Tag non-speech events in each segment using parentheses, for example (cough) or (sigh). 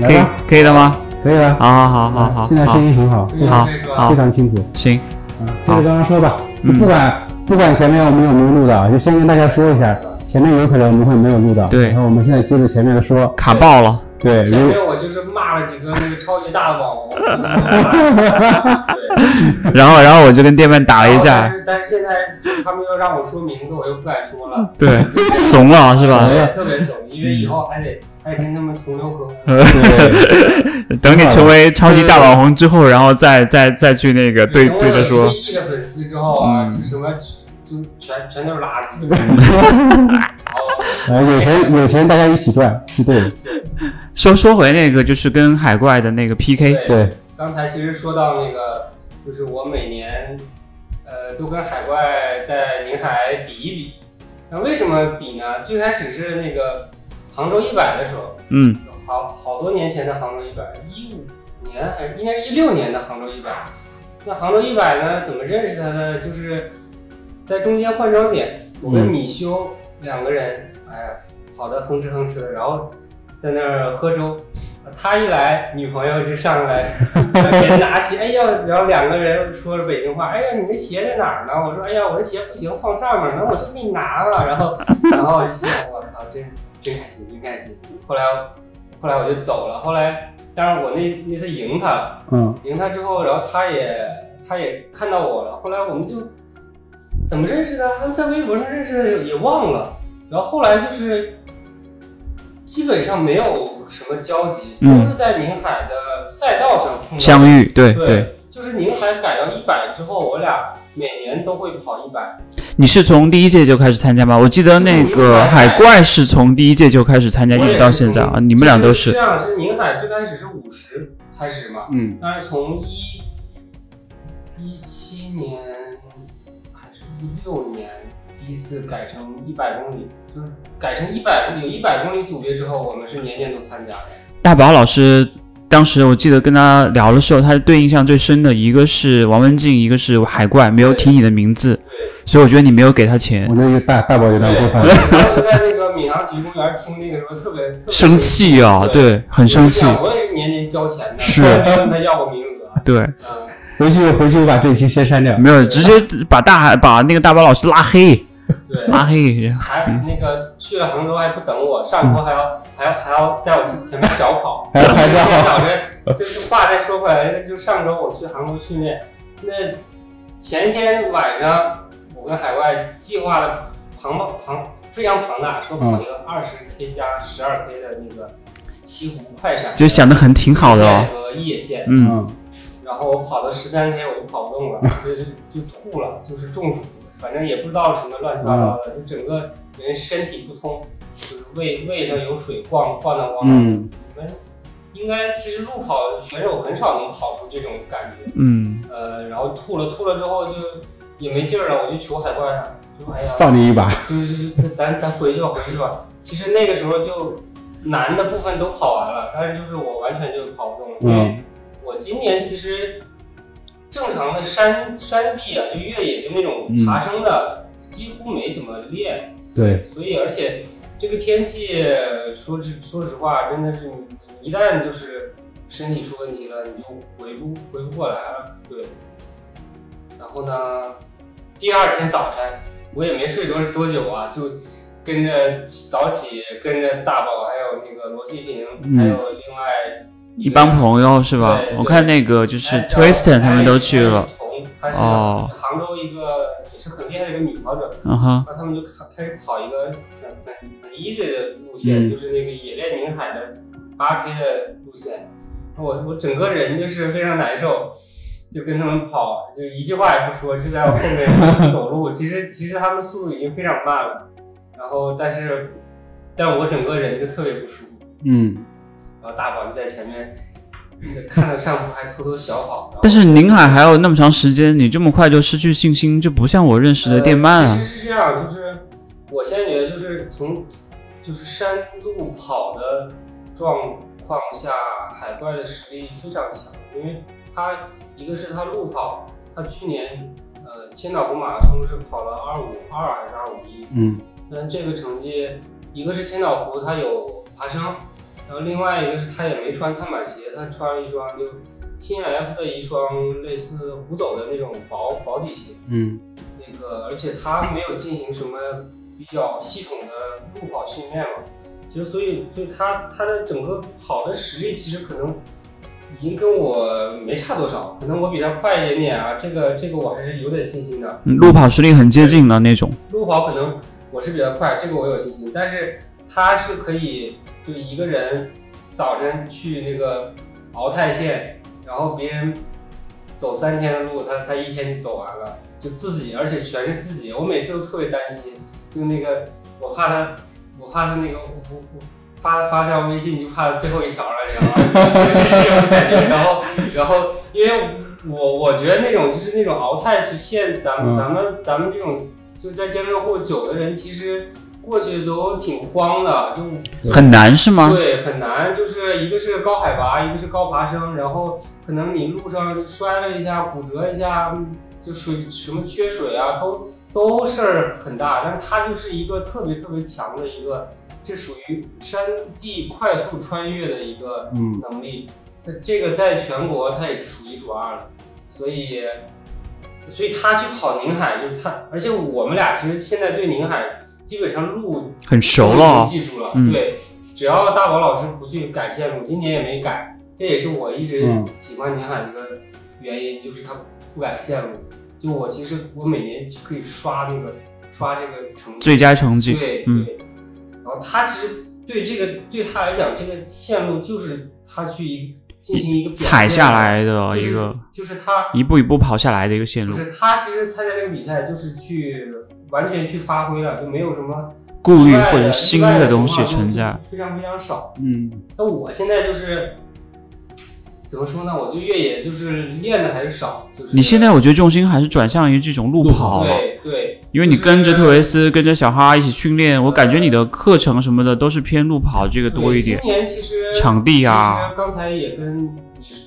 可以来吧可以了吗？可以了。好好好好好，现在声音很好，嗯非常好好非常清楚。行，啊，接着刚刚说吧，嗯不管不管前面我们有没有录到，就先跟大家说一下，前面有可能我们会没有录到。对然后我们现在接着前面的说，卡爆了，对，前如面我就是骂了几个那个超级大的 (laughs) 网红，对然后然后我就跟店面打了一然后但架，是但是现在就他们又让我说名字，我又不敢说了，对，怂了是吧？对特别怂，因为嗯以后还得还得跟他们同流合污。啊对等你成为超级大网红之后，然后再再再去那个对等我对有着一说个，亿的粉丝之后啊，嗯就什么就全全都是垃圾。然后呃，有 (laughs) 钱有钱大家一起赚，对说说回那个就是跟海怪的那个 PK，对对， (laughs) 刚才其实说到那个，就是我每年，呃，都跟海怪在宁海比一比。那为什么比呢？最开始是那个杭州一百的时候，嗯好好多年前的杭州一百，一五年还是应该是一六年的杭州一百。那杭州一百呢，怎么认识他呢？就是在中间换装点，我跟嗯米修两个人，哎呀，跑得哼哧哼哧的，然后在那儿喝粥。他一来，女朋友就上来 (laughs) 给拿鞋，哎呀，然后两个人说着北京话，哎呀，你的鞋在哪儿呢？我说，哎呀，我的鞋不行，放上面呢，那我就给你拿了。然后，然后我就心想，我操，真真开心，真开心。后来后来我就走了。后来，当然我那那次赢他了，嗯，赢他之后，然后他也他也看到我了。后来我们就怎么认识的？他在微博上认识的，也忘了。然后后来就是基本上没有什么交集，嗯都是在宁海的赛道上碰到的相遇，对对对，就是宁海改到一百之后，我俩每年都会跑一百。你是从第一届就开始参加吗？我记得那个海怪是从第一届就开始参加，我一也直是到现在啊，从你们俩都就是是这样，是宁海最开始是五十开始嘛，嗯，但是从一一七年还是一六年第一次改成一百公里，就是改成一百有一百公里组别之后，我们是年年都参加的。大宝老师。当时我记得跟他聊的时候，他对印象最深的一个是王文静，一个是海怪，没有提你的名字，对，所以我觉得你没有给他钱我，那个大大宝有点过分 (laughs) 我了，当时在那个闵行体育公园听那个时候特别特别生气啊，对，很生气，我也是年年交钱的，是问他要过名额，对，嗯，回去回去把这期先删掉，没有，直接把大海把那个大宝老师拉黑，对。拉黑，还那个去了杭州还不等我，上坡还嗯要还要还要在我前前面 (laughs) 小跑，还要拍照照。就是话再说回来，那就上周我去杭州训练，那前天晚上我跟海外计划了庞庞非常庞大，说跑一个嗯二十 K 加十二 K 的那个西湖快闪，就想的很挺好的哦，和夜线，嗯。嗯，然后我跑到十三 K 我就跑不动 (laughs) 了，就就就吐了，就是中暑，反正也不知道什么乱七八糟的，嗯就整个人身体不通，就是胃胃上有水逛逛荡逛荡。嗯，你们应该其实路跑选手很少能跑出这种感觉，嗯，呃，然后吐了吐了之后就也没劲儿了，我就求海怪上，就说哎呀，放你一把，就就就咱咱回去吧，回去吧。其实那个时候就难的部分都跑完了，但是就是我完全就跑不动了，因为我今年其实正常的山山地啊，就越野就那种嗯爬升的，几乎没怎么练，对，所以而且这个天气，说实说实话，真的是你一旦就是身体出问题了，你就回不回不过来了，对。然后呢，第二天早晨我也没睡多多久啊，就跟着早起，跟着大宝还有那个罗西平，嗯还有另外一帮朋友是吧对？对我看那个就是哎叫 Tristan 他们都去了，。艾希彤哦她是杭州一个也是很厉害的一个女跑者，嗯哼，然后他们就开开始跑一个很很很 easy 的路线，嗯就是那个冶炼宁海的八 K 的路线。我我整个人就是非常难受，就跟他们跑，就一句话也不说，就在我后面走路。其实其实他们速度已经非常慢了，然后但是但我整个人就特别不舒服。嗯，然后大宝就在前面，那个看到上坡还偷偷小跑。然后但是宁海还有那么长时间，你这么快就失去信心，就不像我认识的电鳗呃啊其。实是这样，就是我现在觉得，就是从就是山路跑的状况下，海怪的实力非常强，因为他一个是他路跑，他去年呃千岛湖马拉松是跑了二五二还是二五一，嗯，但这个成绩，一个是千岛湖它有爬升，然后另外一个是他也没穿碳板鞋，他穿了一双就 T F 的一双类似虎走的那种薄薄底鞋，嗯那个而且他没有进行什么比较系统的路跑训练嘛，其实所以所以他他的整个跑的实力其实可能已经跟我没差多少，可能我比他快一点点啊，这个这个我还是有点信心的。嗯路跑实力很接近的那种。路跑可能我是比较快，这个我有信心，但是他是可以就一个人早晨去那个敖泰县，然后别人走三天的路，他他一天就走完了，就自己，而且全是自己，我每次都特别担心，就那个我怕他，我怕他那个我我我。发发条微信就怕最后一条了，你知道吗？就是这种感觉。然后，然后，因为我我觉得那种就是那种敖泰是县，咱们嗯咱们咱们这种就是在江浙沪久的人，其实过去都挺慌的，就很难是吗？对很难，就是一个是高海拔，一个是高爬升，然后可能你路上摔了一下、骨折一下，嗯就水什么缺水啊，都都事儿很大。但是它就是一个特别特别强的一个，这属于山地快速穿越的一个嗯，能力，这这个在全国它也是数一数二的，所以，所以他去跑宁海就是他，而且我们俩其实现在对宁海基本上路很熟都已了。经记住了，嗯对，只要大宝老师不去改线路，今年也没改，这也是我一直嗯喜欢宁海的一个原因，就是他不改线路，就我其实我每年可以刷那个刷这个成绩，最佳成绩，对嗯对。然后他其实对这个对他来讲，这个线路就是他去一进行一个表现踩下来的就是一个，就是他一步一步跑下来的一个线不路，是他其实参加这个比赛就是去完全去发挥了，就没有什么顾虑意外或者的新意外的的东情西况存在。，非常非常少。嗯，但我现在就是怎么说呢？我对越野就是练的还是少，就是你现在我觉得重心还是转向于这种路跑了，对对，因为你就是跟着特维斯、跟着小哈一起训练，我感觉你的课程什么的都是偏路跑这个多一点对。今年其实场地啊嗯其实刚才也跟你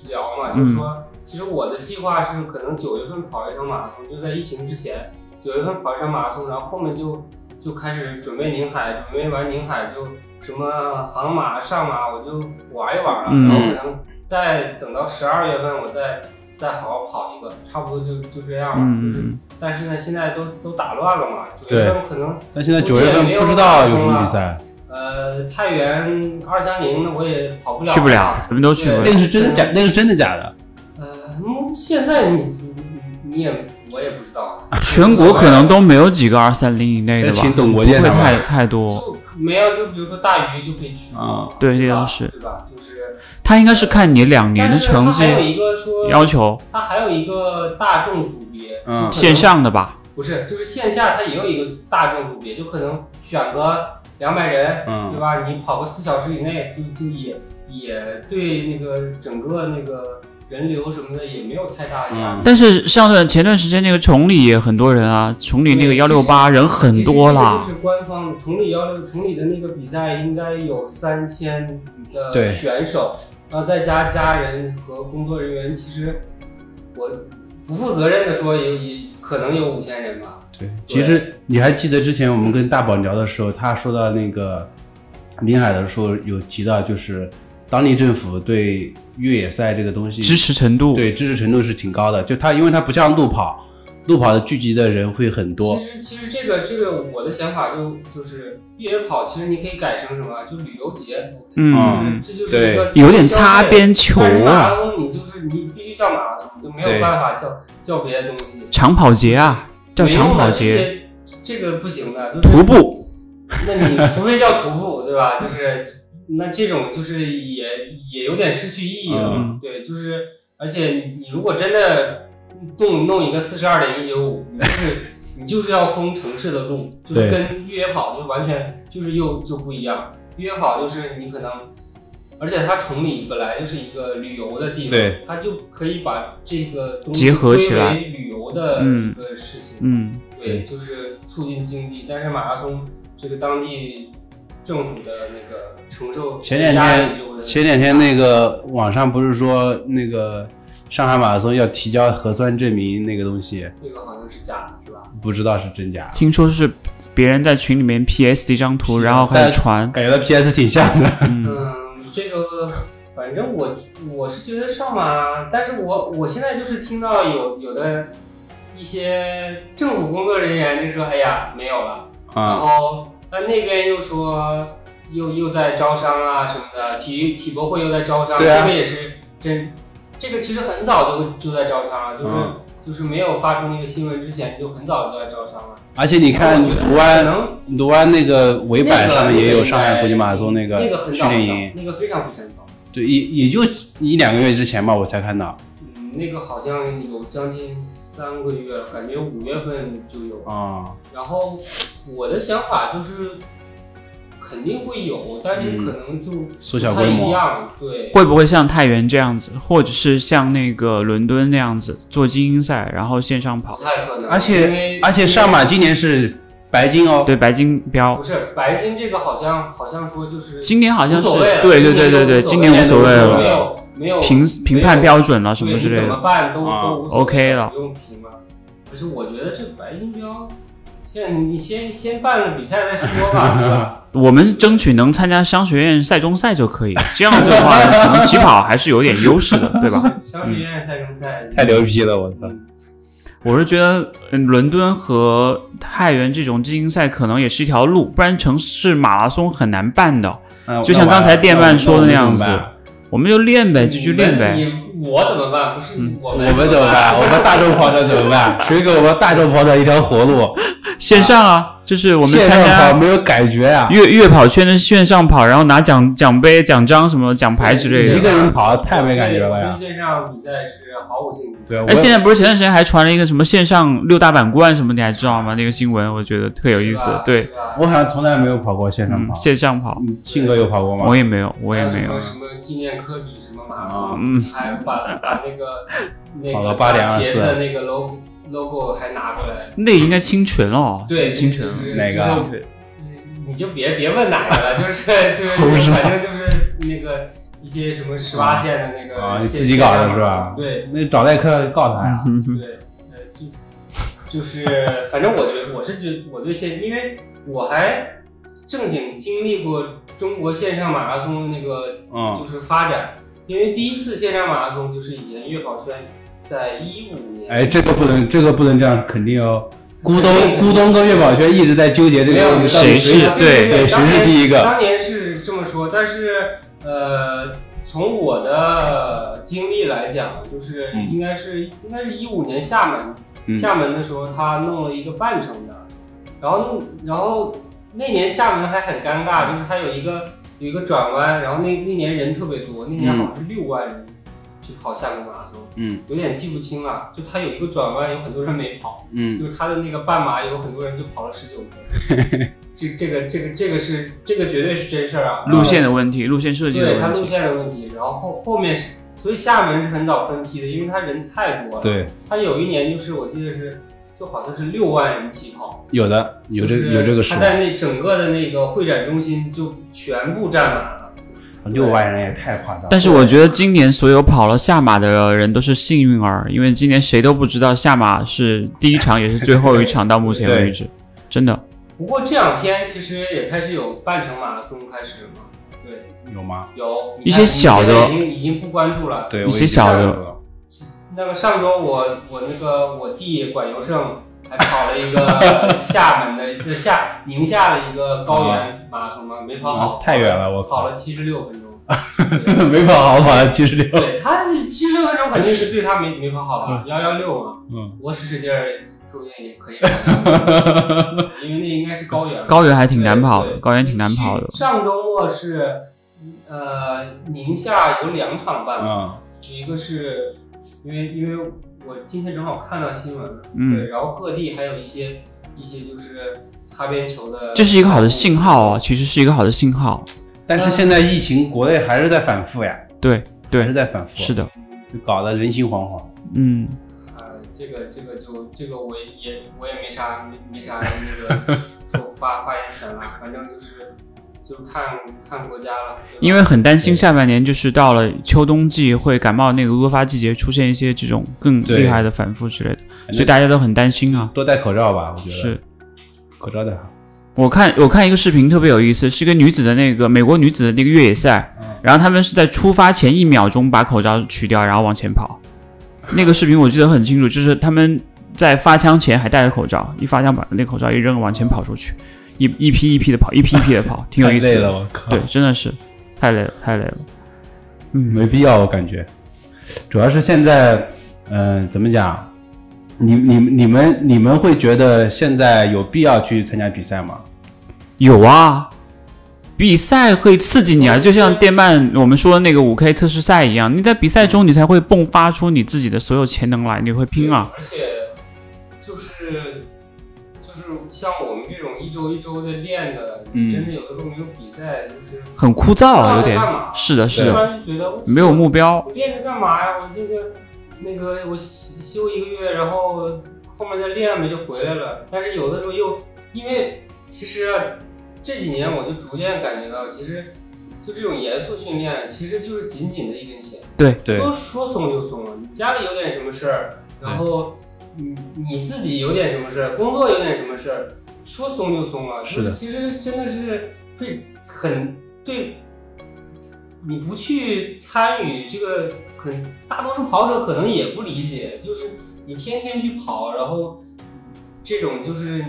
聊嘛，就是说，其实我的计划是可能九月份跑一场马拉松，就在疫情之前，九月份跑一场马拉松，然后后面就就开始准备宁海，准备完宁海就什么杭马、上马，我就玩一玩了，嗯然后可能再等到十二月份，我再再好好跑一个，差不多就就这样吧。嗯嗯就是嗯，但是呢，现在都都打乱了嘛，九对月份可能但现在九月份不知道有什么比赛，呃太原二三零呢我也跑不了，去不了，咱们都去不那了对。个是真的假？那个是真的假的？呃，嗯现在你你你也我也不知道，啊啊全国可能都没有几个二三零以内的那吧，请董不国会建他太们。太多。就没有，就比如说大鱼就可以去啊对对这吧倒是对吧？就是他应该是看你两年的但是成绩它还有一个说，要求，它还有一个大众组别，嗯就可能线上的吧？不是，就是线下它也有一个大众组别，就可能选个两百人，嗯对吧？你跑个四小时以内，就就也也对那个整个那个人流什么的也没有太大的压力。嗯，但是上段前段时间那个崇礼也很多人啊，崇礼那个对幺六八人很多其啦实这个就。是官方崇礼幺六崇礼的那个比赛应该有三千对的选手，然后再加家人和工作人员，其实我不负责任的说也也可能有五千人吧。对，其实你还记得之前我们跟大宝聊的时候，他说到那个林海的时候，有提到就是当地政府对越野赛这个东西支持程度，对支持程度是挺高的。就它，因为它不像路跑，路跑的聚集的人会很多其。实其实这个这个我的想法就就是越野跑，其实你可以改成什么，就旅游节。嗯，就是这就是一个有点擦边球但是马啊，拉松你就是你必须叫马拉松，就没对有办法叫叫别的东西。长跑节啊，叫没用长的跑这节，些，这个不行的。就是徒步 (laughs) 那你除非叫徒步，对吧？就是那这种就是也也有点失去意义了。嗯对，就是而且你如果真的弄弄一个四十二点一九五，你就是你就是要封城市的路，就是对跟越野跑就完全就是又就不一样。越野跑就是你可能。而且它崇礼本来就是一个旅游的地方，对它就可以把这个东西结合起来归为旅游的一个事情。嗯，对，就是促进经济，但是马拉松这个当地政府的那个承受前两压天力就会，啊前两天那个网上不是说那个上海马拉松要提交核酸证明那个东西，那个好像是假的，是吧？不知道是真假，听说是别人在群里面 PS 的一张图，是然后开但始传，感觉到 PS 挺像的。嗯，嗯，这个反正我我是觉得上马，但是我我现在就是听到有有的一些政府工作人员就说，哎呀没有了，然啊，后那那边又说又又在招商啊什么的，体育体博会又在招商，对啊这个也是真，这个其实很早就就在招商了，啊就是、嗯就是没有发出那个新闻之前就很早就在招商了。啊而且你看我觉得卢可哦湾，能卢湾那个围那板个上面也有应上海该国际马拉松那那个个很训早练很早营，，那个非常非常早。对，也也就一两个月之前吧，我才看到嗯，那个好像有将近三个月了，感觉五月份就有。啊，然后我的想法就是，肯定会有，但是嗯可能就缩小不太规一模。样。对，会不会像太原这样子，或者是像那个伦敦那样子做精英赛，然后线上不跑？太可能。而因且为而且上马今年是白金哦，对，白金标不，是白金这个好像好像说就是今年好像无是所谓了，对对对对对，今今年年无都所谓无所了谓没了，有没有评评判标准了什对么你之类怎么的，办都、啊都无所谓 OK 了不用评了。而且我觉得这白金标，现在你先先办了比赛再说吧，(laughs) 对吧？我们争取能参加商学院赛中赛就可以。这样的话，可能起跑还是有点优势的， (laughs) 对吧？商学院赛中赛嗯太牛逼了，我操！我是觉得，嗯，伦敦和太原这种精英赛可能也是一条路，不然城市马拉松很难办的。嗯那就像刚才电鳗说的那样子那我们我们就练呗，继续练嗯呗。嗯你我怎么办？不是你我怎么们办我们怎么办？我们大众跑者怎么办？谁给我们大众跑者一条活路？线上啊，就是我们线参上跑加没有感觉啊，越越跑圈的线上跑，然后拿奖奖杯、奖章什么奖牌之类对一的。个人跑太没感觉了我呀对。线上比赛是毫无兴趣。对，我哎，现在不是前段时间还传了一个什么线上六大满贯什么，你还知道吗？那个新闻我觉得特有意是思吧。对，是吧我好像从来没有跑过啊线上嗯，跑。线上跑，嗯信哥有跑过我吗？也没有，我也没还有。什么什么纪念科比什么马拉松，嗯还把把那个那跑个了8.24鞋的那个 logo logo 还拿过来。那应该清泉哦，对，清泉就。是哪个啊就是你就别别问哪 (laughs) 个了，就是就 (laughs) 是不知道反正就是那个一些什么十八线的那个啊，你线自己搞的是吧？对，那找代课告嗯他呀。对，呃，就就是反正我觉得我是觉得我对线，因为我还正经经历过中国线上马拉松的那个嗯就是发展，因为第一次线上马拉松就是以前月跑圈在一五年，哎，这个不能，这个不能这样，肯定要。咕肯定咚，咕咚跟月宝圈一直在纠结这没个有问题，到谁底是对对谁是第一个当年是这么说，但是呃，从我的经历来讲，就是嗯应该是、应该是一五年厦门、嗯厦门的时候，他弄了一个半程的，然后然后那年厦门还很尴尬，就是他有一个有一个转弯，然后那那年人特别多，那嗯年好像是六万人去跑厦门马拉松，嗯有点记不清了，就他有一个转弯，有很多人没跑。嗯，就是他的那个半马，有很多人就跑了十九公里。 (laughs) 这这个这个这个是这个绝对是真事儿啊！ (laughs) 路线的问题，路线设计的对他问路题。线的问题，然后后面是，所以厦门是很早分批的，因为他人太多了。，对，他有一年就是我记得是，就好像是六万人起跑，有的有这就是有这个数他，在那整个的那个会展中心就全部占满了。六万人也太夸张了。但是我觉得今年所有跑了下马的人都是幸运儿，因为今年谁都不知道下马是第一场也是最后一场，到目前为止，真的。不过这两天其实也开始有半程马拉松开始了嘛，对，有吗？有你一些看你小的现在已经已经不关注了。对，一我些已经小的看到了那个上周我我那个我弟管尤胜还跑了 (laughs) 一个厦门的，就厦宁夏的一个高原嗯马拉松嘛，没跑好，啊太远了，我跑靠，了七十六分钟。对 (laughs) 没跑好，跑了七十六。对他七十六分钟肯定是对他没没跑好吧，幺幺六嘛，嗯，我使使劲儿说不定也 (laughs) 可以跑，因为那应该是高原嘛。高原还挺难跑的，对高原挺难跑的。上周末是呃宁夏有两场半马。嗯一个是因为因为我今天正好看到新闻了，嗯对，然后各地还有一些一些就是擦边球的，这是一个好的信号哦，，其实是一个好的信号。但是现在疫情，国内还是在反复呀，对还是对，在反复，是，的，就搞得人心惶惶。嗯，呃，这个这个就这个我也我也没啥没没啥那 (laughs) 个说发发言权了，反正就是就看看国家了，对吧因为很担心下半年就是到了秋冬季会感冒那个多发季节出现一些这种更对厉害的反复之类的，正所以大家都很担心啊。多戴口罩吧，我觉得是，口罩戴好。我看我看一个视频特别有意思，是一个女子的那个美国女子的那个越野赛，嗯然后他们是在出发前一秒钟把口罩取掉，然后往前跑。那个视频我记得很清楚，就是他们在发枪前还戴着口罩，一发枪把那口罩一扔，往前跑出去，一一批一批的跑，一批一批的跑，挺有意思太累的。了，我靠，对，，真的是太累了，太累了。没必要，我感觉，主要是现在，嗯、怎么讲？你你你们你们会觉得现在有必要去参加比赛吗？有啊，比赛可以刺激你啊，就像电鳗我们说的那个五 K 测试赛一样，你在比赛中你才会迸发出你自己的所有潜能来，你会拼啊。而且就是就是像我们这种一周一周的练的，嗯真的有的时候没有比赛，就是很枯燥啊，有不知道在点干嘛是的，是突的，然就觉得没有目标，我练着干嘛呀？我这个那个我休休一个月，然后后面再练呗，就回来了。但是有的时候又因为其实啊这几年我就逐渐感觉到，其实就这种严肃训练，其实就是紧紧的一根弦，对，说说松就松了。你家里有点什么事儿，然后你你自己有点什么事儿，工作有点什么事儿，说松就松了。是的就其实真的是会很对，你不去参与这个，很大多数跑者可能也不理解，就是你天天去跑，然后这种就是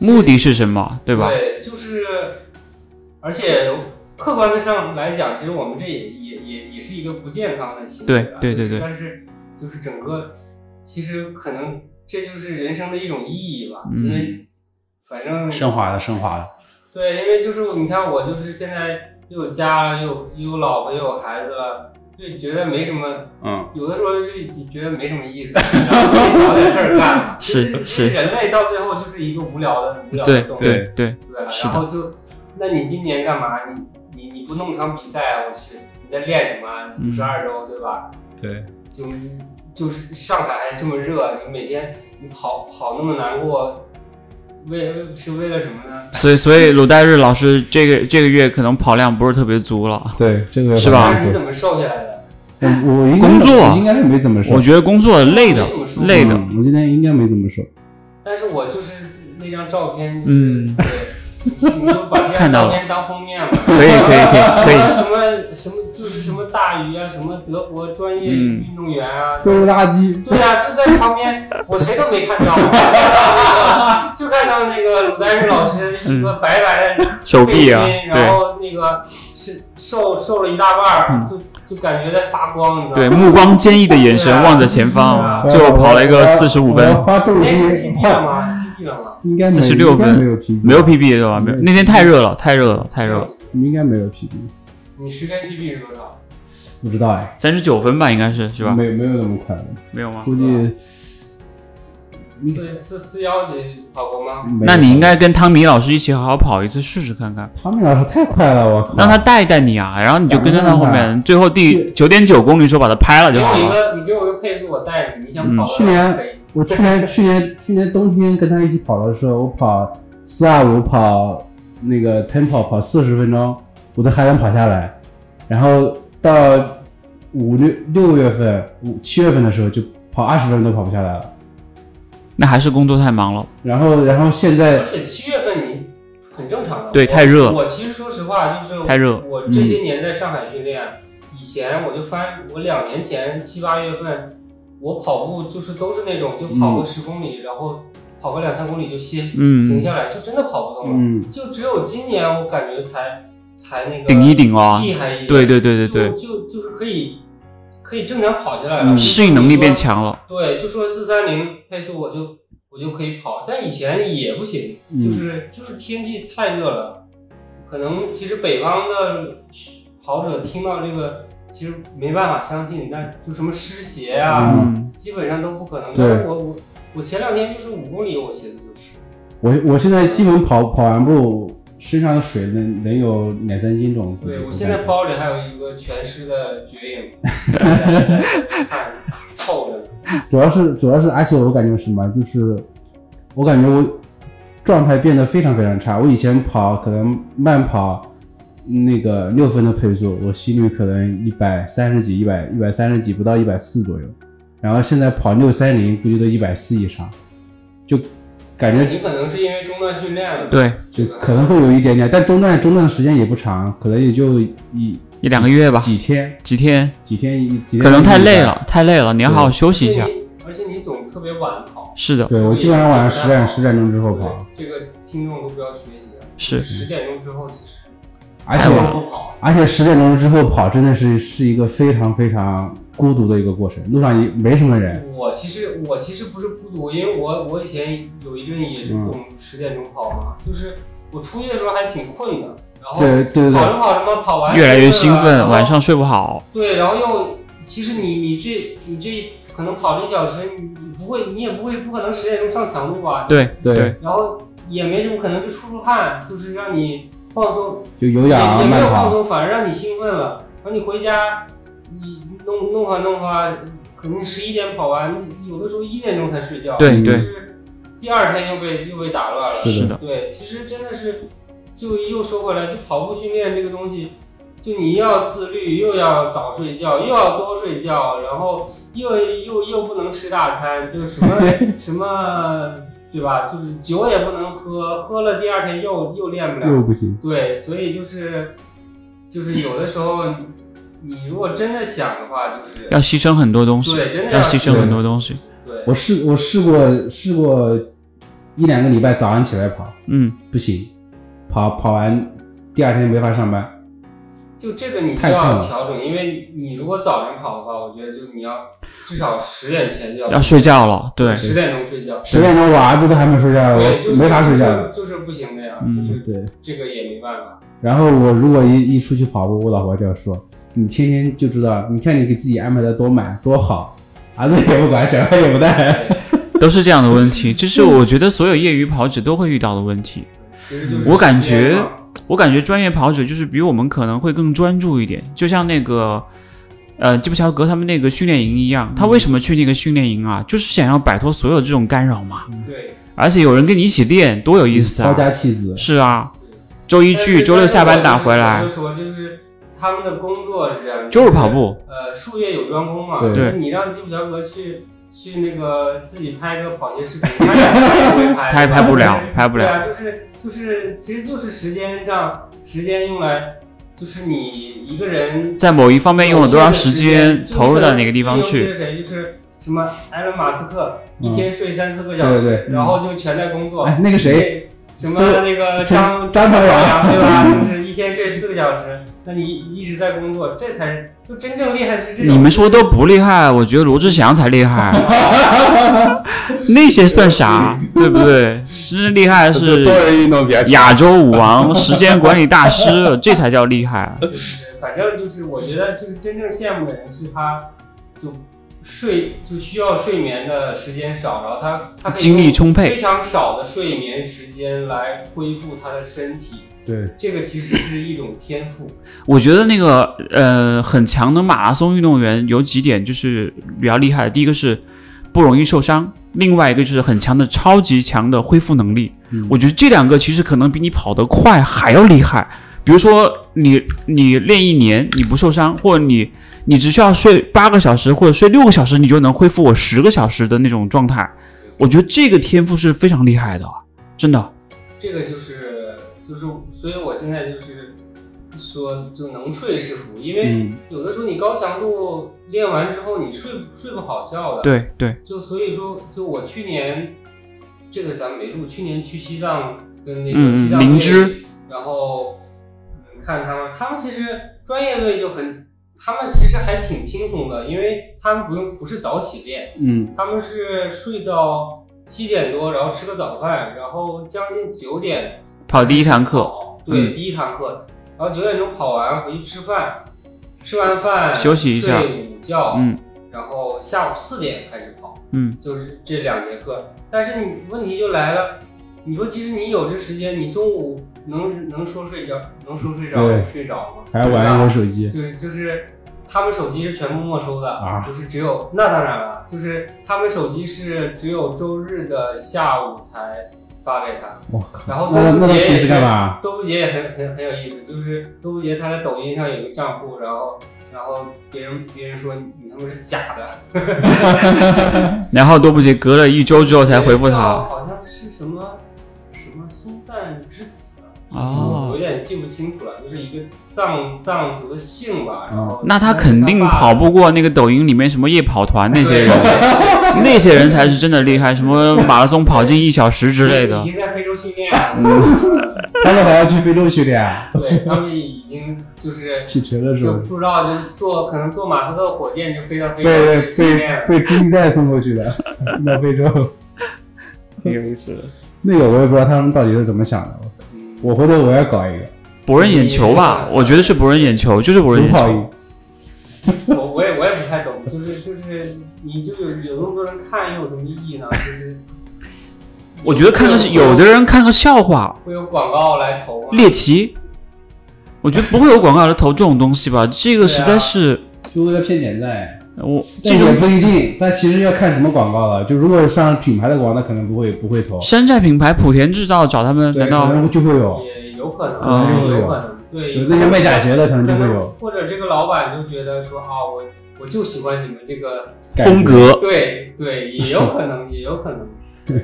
目的是什么，对对吧？就是，而且客观的上来讲，其实我们这也也也也是一个不健康的行为啊。对对对对就是但是就是整个，其实可能这就是人生的一种意义吧，嗯因为反正升华了，升华了。对，因为就是你看我就是现在又有家了，又有又有老婆又有孩子了，就觉得没什么，嗯，有的时候就觉得没什么 (laughs) 意思，然后就得找点事儿干。是就是人类到最后就是一个无聊的无聊对的动物。对对，对吧是的然后就，那你今年干嘛？你你你不弄场比赛，我去，你在练什么？嗯五十二周对吧？对，就就是上海这么热，你每天你跑跑那么难过，为是为了什么呢？所以所以鲁代日老师这个这个月可能跑量不是特别足了，对，这个是吧但是你怎么瘦下来的？我嗯我应该工作应该是没怎么说，我觉得工作累的没怎么说累的，嗯我今天应该没怎么说。但是我就是那张照片，就是、嗯对，你你就把这看张到照了片当封面吧。 (laughs) 可以可以 (laughs) 可以可以，什么什么就是什么大鱼啊，什么德国专业嗯运动员啊，都是垃圾。对呀、就在旁边，我谁都没看到，那个就看到那个鲁丹日老师一个白白的手背臂心，啊，然对后那个是瘦瘦了一大半儿，嗯就就感觉在发光，你知对，道吗？目光坚毅的眼神对啊望着前方，啊最后跑了一个四十呃五我要分，花重那是金 PB 了花，吗？PB 了吗？应该没46分应该没有 PB，没有 PB 对吧？没有，嗯那天太热了，太热了，太热了，应该没有 PB，你时间 PB 是多少？不知道哎，三十九分吧，应该是是吧？没没有那么快的，没有吗？估计四四四幺几跑过吗？没有那你应该跟汤米老师一起好好跑一次试试看看，他们老师太快了，我靠，让他带一带你啊，然后你就跟在他后想面，最后第九点九公里的时候把他拍了嗯给就好我一了。个，你给我一个配速，我带你。你想跑多少去年可以我去年去年去年冬天跟他一起跑的时候，我跑四二五跑那个 tempo 跑四十分钟，我都还能跑下来。然后到五六六月份五七月份的时候，就跑二十分钟都跑不下来了。那还是工作太忙了，然后然后现在而且七月份你很正常的。对我太热我其实说实话，就是太热嗯我这些年在上海训练，以前我就翻，我两年前七八月份，我跑步就是都是那种就跑个十公里，然后跑个两三公里就歇，停嗯，下来，就真的跑不动了。嗯就只有今年我感觉才才那个顶一顶哦，厉害一点。对对对对对，就就就是可以可以正常跑下来嗯了，适应能力变。强了，对，就说四三零配速，我就我就可以跑，但以前也不行，嗯就是就是天气太热了，可能其实北方的跑者听到这个其实没办法相信，但就什么湿鞋啊，嗯，基本上都不可能。对但是我我我前两天就是五公里，我鞋子就湿。我我现在基本跑跑完步，身上的水能能有两三斤重。对嗯感我觉现在包里还有一个全湿的绝 (laughs) 影，在在看臭嗯着呢。主要是主要是，而且我感觉什么，就是我感觉我状态变得非常非常差。我以前跑可能慢跑那个六分的配速，我心率可能一百三十几、一百一百三十几，不到一百四左右。然后现在跑六三零，估计都一百四以上，就感觉你可能是因为中断训练了，对，就这个可能会有一点点，但中断中断的时间也不长，可能也就一一两个月吧，几天，几天，几天一几天，可能太累。了，太累了，你要好好休息一下而。且你。而且你总特别晚跑，是的，对我基本上晚上十点十点钟之后跑，这个听众都不要学习啊，是十点钟之后其实而且太晚了不跑，而且十点钟之后跑真的是是一个非常非常孤独的一个过程，路上也没什么人。我其实我其实不是孤独，因为我我以前有一阵也是嗯总十点钟跑嘛，就是我出去的时候还挺困的，然后对对对跑对，着跑着嘛，跑完越来越兴然奋，后晚上睡不好。对，然后又其实你你这你这可能跑这一小时，你你不会你也不会不可能十点钟上强度吧，对对然后也没什么可能就出出汗，就是让你放松，就有也氧也没慢有放跑，松，反而让你兴奋了，然后你回家你弄弄吧弄吧，可能十一点跑完，有的时候一点钟才睡觉，对就对，是第二天又被又被打乱了，是是的的，对，其实真的是，就又说回来，就跑步训练这个东西，就你要自律，又要早睡觉，又要多睡觉，然后又又又不能吃大餐，就是什么什么，对吧？就是酒也不能喝，喝了第二天又又练不又了。不行。对，所以就是就是有的时候，你如果真的想的话，就是要牺牲很多东西，对，真的要牺牲对很多东西。对，我试我试过试过一两个礼拜早上起来跑嗯，不行，跑跑完第二天没法上班，就这个你就太困要了调整，因为你如果早晨跑的话，我觉得就你要至少十点前就要要睡觉了。对，十点钟睡觉，十点钟我儿子都还没睡觉，对，就我是没法睡觉就是，就是不行那样，嗯就是对，这个也没办 (laughs) 法。然后我如果一一出去跑步，我老婆就要说：“你天天就知道，你看你给自己安排的多满多好，儿子也不管，小孩也不带。对都是这样的问题。这是我觉得所有业余跑者都会遇到的问题。其实就是我感时间觉嘛，我感觉专业跑者就是比我们可能会更专注一点，就像那个。呃，基普乔格他们那个训练营一样，他为什么去那个训练营啊？就是想要摆脱所有这种干扰嘛。对，而且有人跟你一起练，多有意嗯思抛啊！家弃 (laughs) 子，是啊，周一但去，是周六下班打但是回来我，就说就是他们的工作是这样，就是跑。步。呃，术业有专攻嘛，对就是你让基普乔格去去那个自己拍个跑鞋视频，他也不会拍，他也拍不了，拍不哎对了。啊，就是就是，其实就是时间上，时间用来就是你一个人在某一方面用了多长时有限间的，时投入到哪个地方就去？是谁就是什么埃隆·马斯克，嗯一天睡三四个小时，对对然后就全在工作。哎那个谁，什么那个张张朝阳对 (laughs) 嗯吧？就是一天睡四个小时，那你一直在工作，这才是就真正厉害是这种。你们说都不厉害，我觉得罗志祥才厉害，那些算啥？对不对？真正厉害的是多人运动比较强。亚洲舞王、时间管理大师，这才叫厉害。就是反正就是我觉得就是真正羡慕的人是他，就睡就需要睡眠的时间少，然后他他可以精力充非沛，常少的睡眠时间来恢复他的身体，对，这个其实是一种天赋。我觉得那个呃很强的马拉松运动员有几点就是比较厉害的，第一个是不容易受伤，另外一个就是很强的超级强的恢复能力。我觉得这两个其实可能比你跑得快还要厉害。比如说你你练一年你不受伤，或者你你只需要睡八个小时或者睡六个小时，你就能恢复我十个小时的那种状态。我觉得这个天赋是非常厉害的，啊真的。这个就是就是，所以我现在就是说，就能睡是福，因为嗯，有的时候你高强度练完之后，你睡睡不好觉的。，对对，就所以说，就我去年这个咱们没录，去年去西藏跟那嗯个嗯西藏灵队芝，然后嗯看他们，他们其实专业队就很，他们其实还挺轻松的，因为他们不用不是早起练。嗯，他们是睡到七点多，然后吃个早饭，然后将近九点跑第一堂课，跑，对，嗯第一堂课，然后九点钟跑完回去吃饭，吃完饭休息一下睡午觉，嗯，然后下午四点开始跑，嗯，就是这两节课。但是你问题就来了，你说即使你有这时间，你中午能能说睡觉，能说睡着对就睡着吗？还要玩一会儿手机，对，就是他们手机是全部没收的，啊就是只有那当然了，就是他们手机是只有周日的下午才发给他。我然后那端午那他节平也时是干嘛？端午节也很很很有意思，就是端午节他在抖音上有一个账户，然后然后别人别人说你他妈是 (laughs) 假的，然后多布杰隔了一周之后才回复对他，好像是什什么什么松赞之子，啊我有哦，点记不清楚了，就是一个藏藏族的姓吧。然后那他肯定跑不过那个抖音里面什么夜跑团那些人， (laughs) 那些人才是真的厉害，什么马拉松跑进一小时之类的嗯已。经在非洲训练了，他们还要去非洲训练啊， (laughs) 对他们已经就 (laughs) 是启程了是就吧？不知道就是坐可能坐马斯克火箭就飞到非洲被去训练被被了。被金带送过去的，送到非洲。挺有意思的，那个我也不知道他们到底是怎么想的，嗯我回头我要搞一个博人眼球吧，我觉得是博人眼球，就是博人主眼跑球。一，我我也我也不太懂，就是就是你就有有那么多人看又有什么意义呢？就是我觉得看个有的人看个笑话，会有广告来投吗？猎奇，我觉得不会有广告来投这种东西吧？这个实在是就为了骗点赞。我这这种种不一定，但其实要看什么广告了。就如果上品牌的广告，那可能不会不会投，山寨品牌莆田制造找他们，对，难可道能就会有。也有可能，啊有可能，对，有那些卖假鞋的可能可就会能有或者这个老板就觉得说啊，我我就喜欢你们这个，感觉风。格？对对，也有可能，也有可能，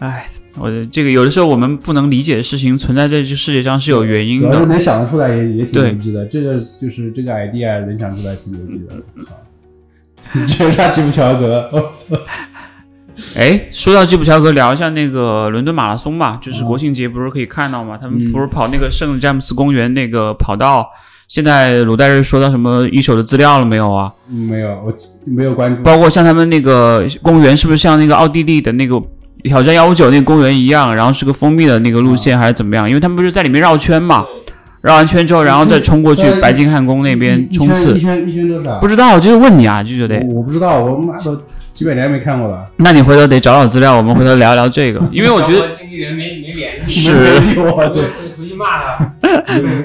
哎，我的这个有的时候我们不能理解的事情存在在这个世界上是有原因主要是的。能想得出来也也挺对牛逼的，这个就是这个 idea 能想出来挺牛逼的。 (laughs) 你觉得他吉普乔格？ (laughs) 哎，说到基普乔格，聊一下那个伦敦马拉松嗯吧，就是国庆节不是可以看到吗？他们不是跑那个圣詹姆斯公园那个跑道？现在鲁代日收到什么一手的资料了没有啊？嗯没有，我没有关注。包括像他们那个公园，是不是像那个奥地利的那个挑战幺五九那个公园一样，然后是个封闭的那个路嗯线，还是怎么样？因为他们不是在里面绕圈嘛，对，绕完圈之后，然后再冲过去嗯白金汉宫那边一冲一刺。圈一圈多少？不知道，就是问你啊，就觉得，我我不知道，我妈都几百年没看过了。那你回头得找找资料，我们回头聊聊这个，因为我觉得，然后经纪人没没联 (laughs) 系，是没记回我 (laughs) 对回回去骂他，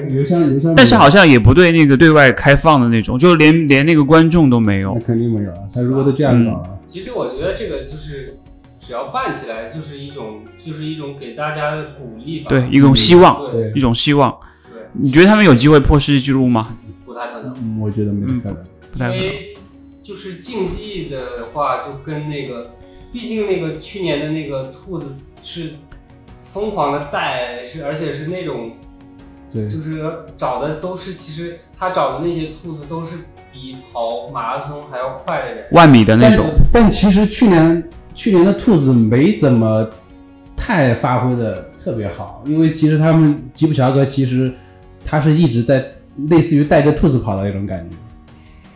邮邮箱邮箱没有，但是好像也不对那个对外开放的那种，就连连那个观众都没有那。肯定没有啊。他如果都这样搞啊了，其实我觉得这个就是。只要办起来，就是一种，就是一种给大家的鼓励吧。对，一种希望，对对一，种希望。对，你觉得他们有机会破世界纪录吗？不太可能。嗯我觉得没可能。不太可因能。为就是竞技的话，就跟那个，毕竟那个去年的那个兔子是疯狂的带，是而且是那种对，就是找的都是，其实他找的那些兔子都是比跑马拉松还要快的人。万米的那但种，但其实去年去年的兔子没怎么太发挥的特别好，因为其实他们吉普乔格其实他是一直在类似于带着兔子跑的那种感觉。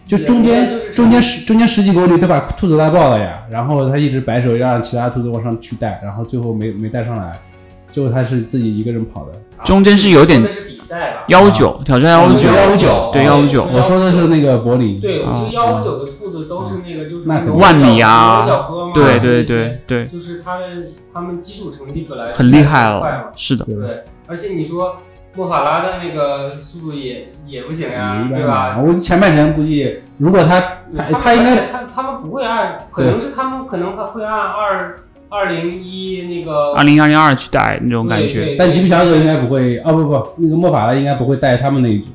就中间也就是中间十中间十几公里，他把兔子拉爆了呀，然后他一直摆手要让其他兔子往上去带，然后最后没没带上来，最后他是自己一个人跑的。啊中间是有点说的是比赛吧？幺五九挑战幺五九， 159对159我说的是那个柏林，对，我啊觉得幺五九的兔子都是那个，就是那那个肯定万米啊小哥嘛，对对对对，就是他的他们基础成绩本来就很厉害快嘛了，是的，对。对，而且你说莫法拉的那个速度也也不行呀，对吧？？啊嗯我前半程估计，如果他他们他应该而且他他们不会按，可能是他们可能会按二二零一那个二零二零二去带那种感觉。对对但吉普乔格应该不会，哦不不，那个莫法拉应该不会带他们那一组，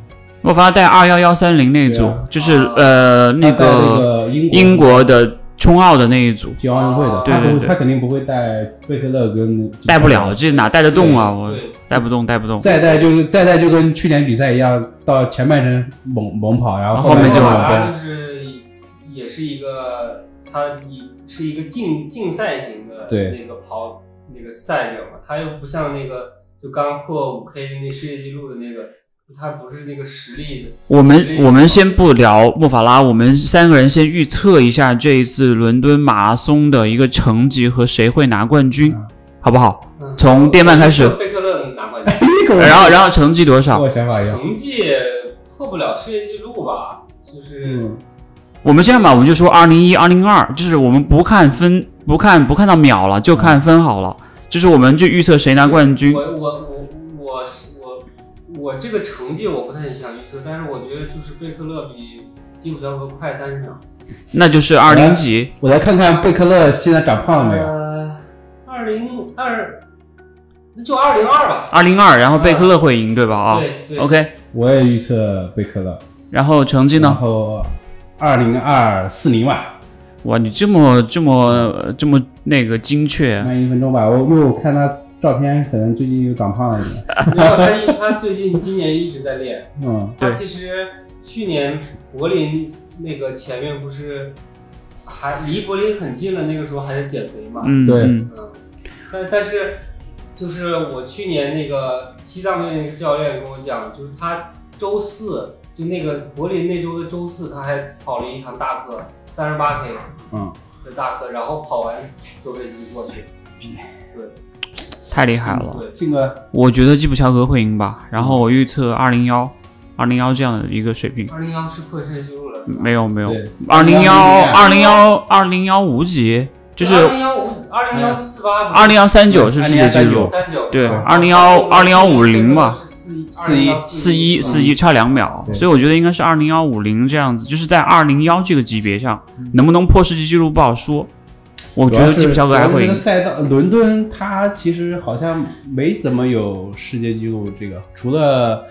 莫凡带二幺幺三零那一对组啊，就是呃他带那个个英英国的冲奥的那一组，进奥运会的，对他不对会对他肯定不会带贝克勒跟带不了，，这哪带得动啊？我对带不动，带不动。再带就是再带就跟去年比赛一样，到前半程猛猛跑，然后后面面就就莫往法往往拉就是也是一个它也是一个竞竞赛型的对那个跑那个赛者嘛，它又不像那个就刚破五 K 的那世界纪录的那个，它不是那个实力的。我们我们先不聊莫法拉，我们三个人先预测一下这一次伦敦马拉松的一个成绩和谁会拿冠军，好不好？嗯从电鳗开始贝克勒拿冠军。然后然后成绩多跟少我？想法一样，成绩破不了世界纪录吧？就是嗯，我们这样吧，我们就说二零一、二零二，就是我们不看分，不看不看到秒了，就看分好了。就是我们就预测谁拿冠军我。我我我是我我这个成绩我不太想预测，但是我觉得就是贝克勒比基普乔格快三十秒。那就是二零几，我来看看贝克勒现在长胖了没有，呃，二零二，那就二零二吧。二零二，然后贝克勒会赢，对吧？啊对对，OK，我也预测贝克勒，然后成绩然呢？后二零二四零吧，哇，你这么这么这么那个精确，慢一分钟吧。我因为我看他照片，可能最近又长胖了一点。然后他一他最近今年一直在练，嗯，他对其实去年柏林那个前面不是还离柏林很近了，那个时候还在减肥嘛，嗯，对嗯嗯，但但是就是我去年那个西藏队那个教练跟我讲，就是他周四就那个柏林那周的周四，他还跑了一堂大课，三十八 K，嗯，的大课，然后跑完坐飞机过去，太厉害了。对，信哥，我觉得基普乔格会赢吧，然后我预测二零幺、二零幺这样的一个水平。二零幺是破世界纪录了，没有没有对，二零幺二啊零幺201二零幺五几，就是二零幺五二零幺四八二零幺三九是世界纪2019录，三九对2010 2010吧四四一四一一差两秒，对所以我觉得应该是二零幺五零这样子，就是在二零幺这个级别上，能不能破世界纪录不好说。我觉得基普乔格还嗯主要是我会觉得赢，赛道伦敦，它其实好像没怎么有世界纪录，这个除了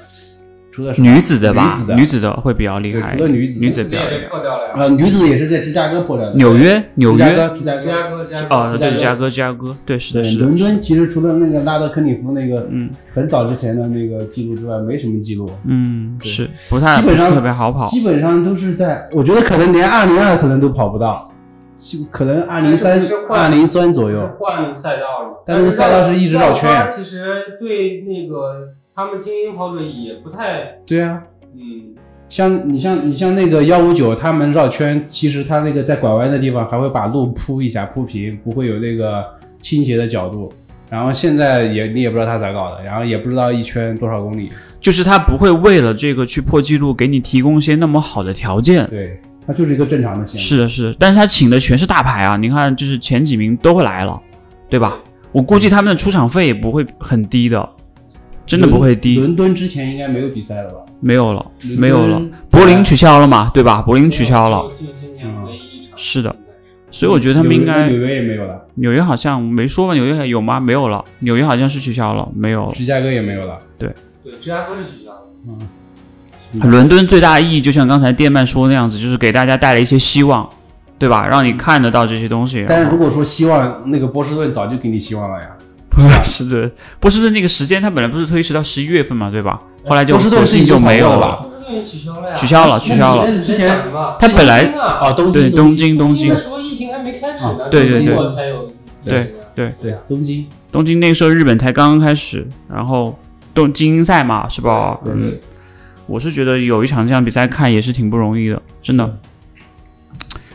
除了什么女子的吧女子，的女子的会比较厉对害，除了女子女四子也比较厉被害。破掉了呀，呃，女子也是在芝加哥破掉的，纽约呃纽芝加约哥，芝加芝哥。加哥芝加哥啊，对，芝芝加加哥哥芝加哥，对，是对的，，是的伦，敦其实除了那个拉德肯里夫那个嗯很早之前的那个记录之外，没什么记录。嗯，对是不太基不本是上特别好跑，基本上都是在，我觉得可能连二零二可能都跑不到，就可能二零三但是、二换零三左是右。换赛道了，但那个赛道是一直绕圈绕花其实对那个他们精英跑者也不太，对啊，嗯，像你像你像那个幺五九，他们绕圈，其实他那个在拐弯的地方还会把路铺一下铺平，不会有那个倾斜的角度。然后现在也你也不知道他咋搞的，然后也不知道一圈多少公里。就是他不会为了这个去破纪录，给你提供一些那么好的条件。对，它就是一个正常的线。是的，是的，但是他请的全是大牌啊，你看，就是前几名都来了，对吧？我估计他们的出场费也不会很低的，真的不会低，伦敦之前应该没有比赛了吧？没有了，伦敦没有了。柏林取消了嘛，对吧？柏林取消了，就，就今年唯一一场，是的，所以我觉得他们纽应约该纽约也没有了，纽约好像没说吧？纽约还有吗？没有了，纽约好像是取消了，没有了。芝加哥也没有了。对，芝加哥是取消的，嗯伦敦最大的意义，就像刚才电鳗说那样子，就是给大家带来一些希望，对吧？让你看得到这些东西。嗯但然是后如果说希望，那个波士顿早就给你希望了呀。 (laughs) 是的，波士顿那个时间，它本来不是推迟到十一月份嘛，对吧？后来就波士顿索是已性经就没有跑过了了，吧波士顿也取消了呀，取消了，取消了。之前什么？他本来东京啊哦，东对，京，东京，东那京，时候疫情还没开始啊呢，哦对对中对国才有对对对，啊东京。东京那个时候日本才刚刚开始，然后东精英赛嘛，是吧？对嗯，我是觉得有一场这样比赛看也是挺不容易的，真的。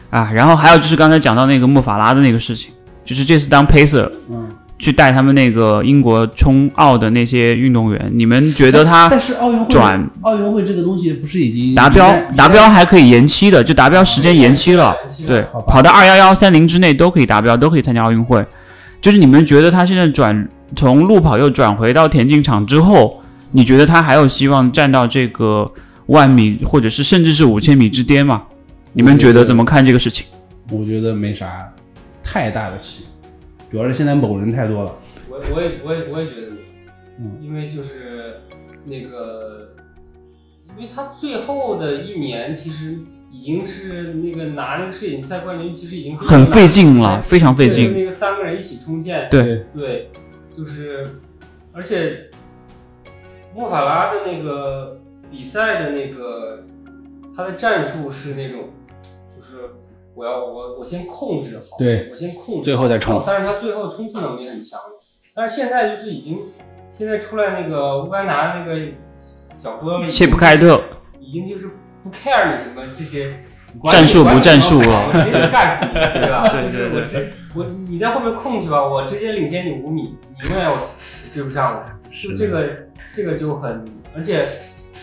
啊，然后还有就是刚才讲到那个莫法拉的那个事情，就是这次当 pacer 嗯，去带他们那个英国冲奥的那些运动员，你们觉得他但是奥运会啊转奥运会这个东西不是已经达标一旦达标还可以延期的，就达标时间延期了，对，好吧跑到二幺幺三零之内都可以达标，都可以参加奥运会。就是你们觉得他现在转从路跑又转回到田径场之后，你觉得他还有希望站到这个万米或者是甚至是五千米之巅吗？你们觉得怎么看这个事情？我觉得没啥太大的戏，主要是现在某人太多了。我我也我也我也觉得没有，嗯因为就是那个，因为他最后的一年其实已经是那个拿那个摄影赛冠军，其实已经很困难费劲了非常费就劲是那个三个人一起冲线，对对，就是而且莫法拉的那个比赛的那个他的战术是那种，就是我要我我先控制好，对我先控制，最后再冲。但是他最后冲刺能力很强，但是现在就是已经现在出来那个乌干达那个小哥切普凯特已经就是不 care 你什么这些战术不战术啊啊，我直接干死你，对吧？ (laughs) 对就是对我直我你在后面控去吧，我直接领先你五米，你永远我追不上我。就是这个这个就很，而且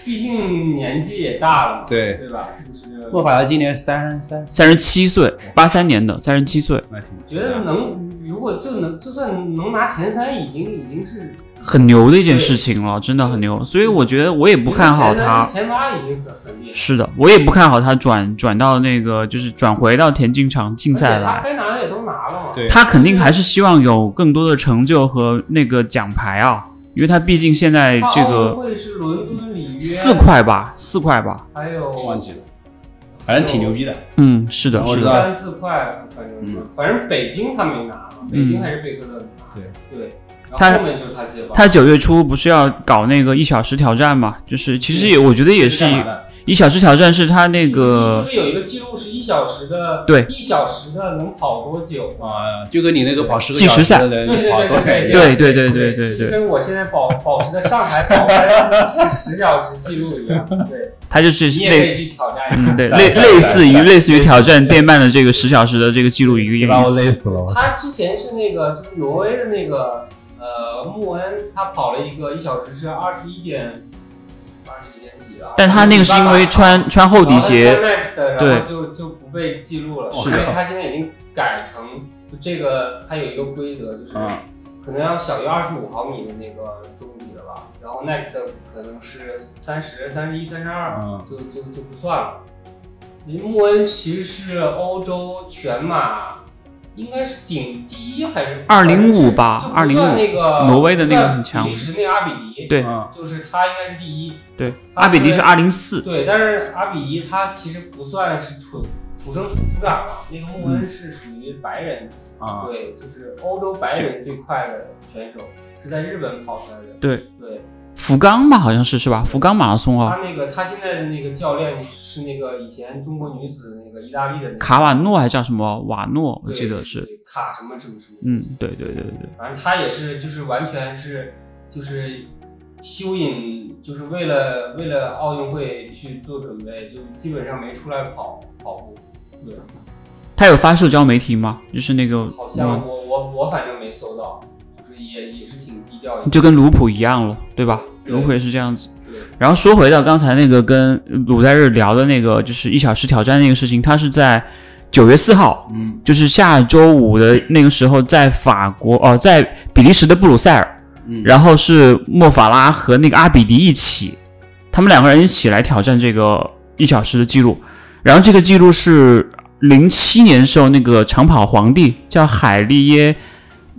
毕竟年纪也大了嘛，对对吧？就是莫法拉今年三三， (laughs) 三十七岁，八三年的三十七岁，那挺觉得能如果就能就算能拿前三，已经已经是很牛的一件事情了，真的很牛。所以我觉得我也不看好他。前八已经很很厉害。是的，我也不看好他转转到那个，就是转回到田径场竞赛而且他来。该拿的也都拿了嘛。对他肯定还是希望有更多的成就和那个奖牌啊，因为他毕竟现在他这奥运个会是伦敦、里约，四块吧，四块吧，还有忘记了，反正挺牛逼的。嗯，是的，我是知的，道三四块，反正是嗯反正北京他没拿嘛，北京还是贝克勒拿。对对，然嗯他后后面就是他接棒。他九月初不是要搞那个一小时挑战嘛？就是其实也我觉得也 (laughs) 是干嘛的一小时挑战是他那就个是有一个记录是一小时的，对一小时的能跑多久？啊，就跟你那个跑十个计时赛小时的对人对跑多对远一样。对对对对对对就对跟我现在保保持的上海跑完是十小时记录一样。对，他就是你也可类以去挑战一下。嗯对赛类赛类赛似于赛类似于挑战电鳗的这个十小时的这个记录一个你把意我思。累死了，我他之前是那个就是挪威的那个呃穆恩，他跑了一个一小时是二十一点二十一点几啊。但他那个是因为穿穿厚底然鞋，后他穿 Max 的，然对哦后就就不被记录了，是因的为他现在已经改成就这个，他有一个规则就是嗯可能要小于二十五毫米的那个中底了吧，然后 Next 可能是三十、三十一、三十二，嗯，就就就不算了。林穆恩其实是欧洲全马，应该是顶第一还是205吧就不算那个挪威的那个很强不算比利时那个阿比迪，对嗯就是他应该是第一。对，阿比迪是二零四，啊对，但是阿比迪他其实不算是纯土生土长嘛，那个穆恩是属于白人，嗯啊，对，就是欧洲白人最快的选手是在日本跑出来的。对对，福冈吧，好像是是吧？福冈马拉松哦，他那个他现在的那个教练是那个以前中国女子那个意大利的那个卡瓦诺还叫什么瓦诺，我对记得是，对卡什么什么什么，嗯，对对对对对，反正他也是就是完全是就是蚯蚓，就是为了为了奥运会去做准备，就基本上没出来跑跑步。对。他有发社交媒体吗？就是那个好嗯像我我我反正没搜到，就是也也是挺低调的。就跟卢普一样了，对吧？对卢普也是这样子。对然后说回到刚才那个跟鲁代日聊的那个，就是一小时挑战那个事情，他是在九月四号，嗯，就是下周五的那个时候，在法国哦、在比利时的布鲁塞尔，嗯然后是莫法拉和那个阿比迪一起，他们两个人一起来挑战这个一小时的记录，然后这个记录是零七年时候那个长跑皇帝叫海利耶。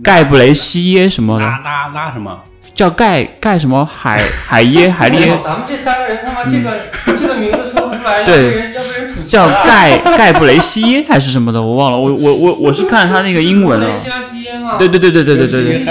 盖布雷西耶什么的拉，拉拉什么？叫盖盖什么海海耶 (laughs) 海利哎呦耶，咱们这三个人他妈这个、 (laughs) 这个名字说不出来，要被对人要被人吐叫槽了。盖盖布雷西耶还是什么的，我忘了。我我我我是看他那个英文来 (laughs) 了。西拉西耶嘛。对对对对对对对对， (laughs) 厉厉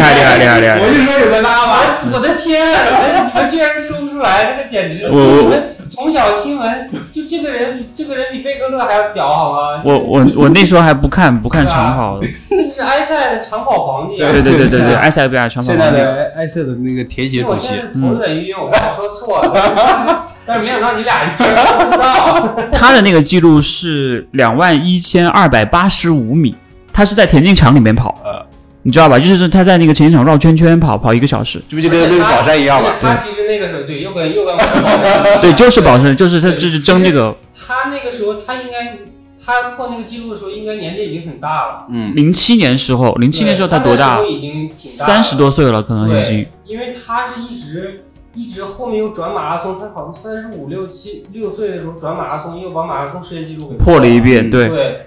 害厉害厉害厉害我就说有个拉吧。哎我的天啊！你们居然说不出来，这个简直！我我们从小新闻就这个人，这个人比贝克勒还要屌，好吗？我我我那时候还不看不看对啊长跑的，这是埃塞的长跑皇帝啊。对对对对对 (laughs) 对，啊埃塞俄比亚长跑现王在者。的埃塞的那个铁血因为主我现席在嗯头等晕，我刚才说错了， (laughs) 但是没想到你俩居然都不知道。他的那个记录是两万一千二百八十五米，他是在田径场里面跑呃，你知道吧？就是他在那个田径场绕圈圈跑，跑一个小时。这不就跟那个宝山一样吗？他其实那个时候对，又跟又跟我们保山一样 (laughs) 对，就是保证，就是他就是争这个他那个时候，他应该他破那个记录的时候，应该年纪已经很大了。嗯，零七年时候，零七年时候他多大那时？候已经挺大了，三十多岁了，可能已经对。，因为他是一直一直后面又转马拉松，他好像三十五六七六岁的时候转马拉松，又把马拉松世界纪录给破了一遍，嗯对，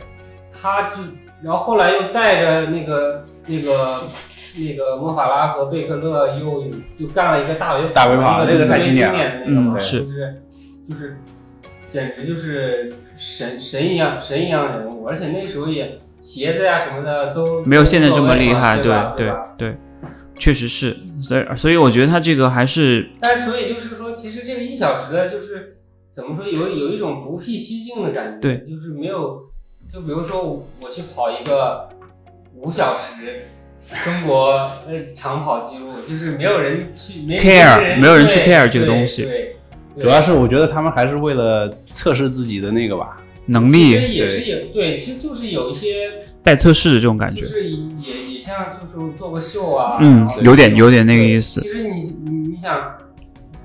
他就然后后来又带着那个那个那个莫法拉和贝克勒又又干了一个大围大围跑那那个太经经典了的那个嗯嘛，是就是就是简直就是神神一样神一样的人物，而且那时候也鞋子呀、什么的都没有现在这么厉害，对对吧对吧对，确实是，所以所以我觉得他这个还是但所以就是说，其实这个一小时的，就是怎么说，有有一种不辟蹊径的感觉，对，就是没有，就比如说我我去跑一个五小时中国呃长跑记录，就是没有人去没 Care，没没有人去对 care 这个对东西对，对主要是我觉得他们还是为了测试自己的那个吧。能其实力也是有对，其实就是有一些带测试的这种感就觉，是也也像就是做个秀啊，嗯然后，有点有点那个意思，其实你你你想，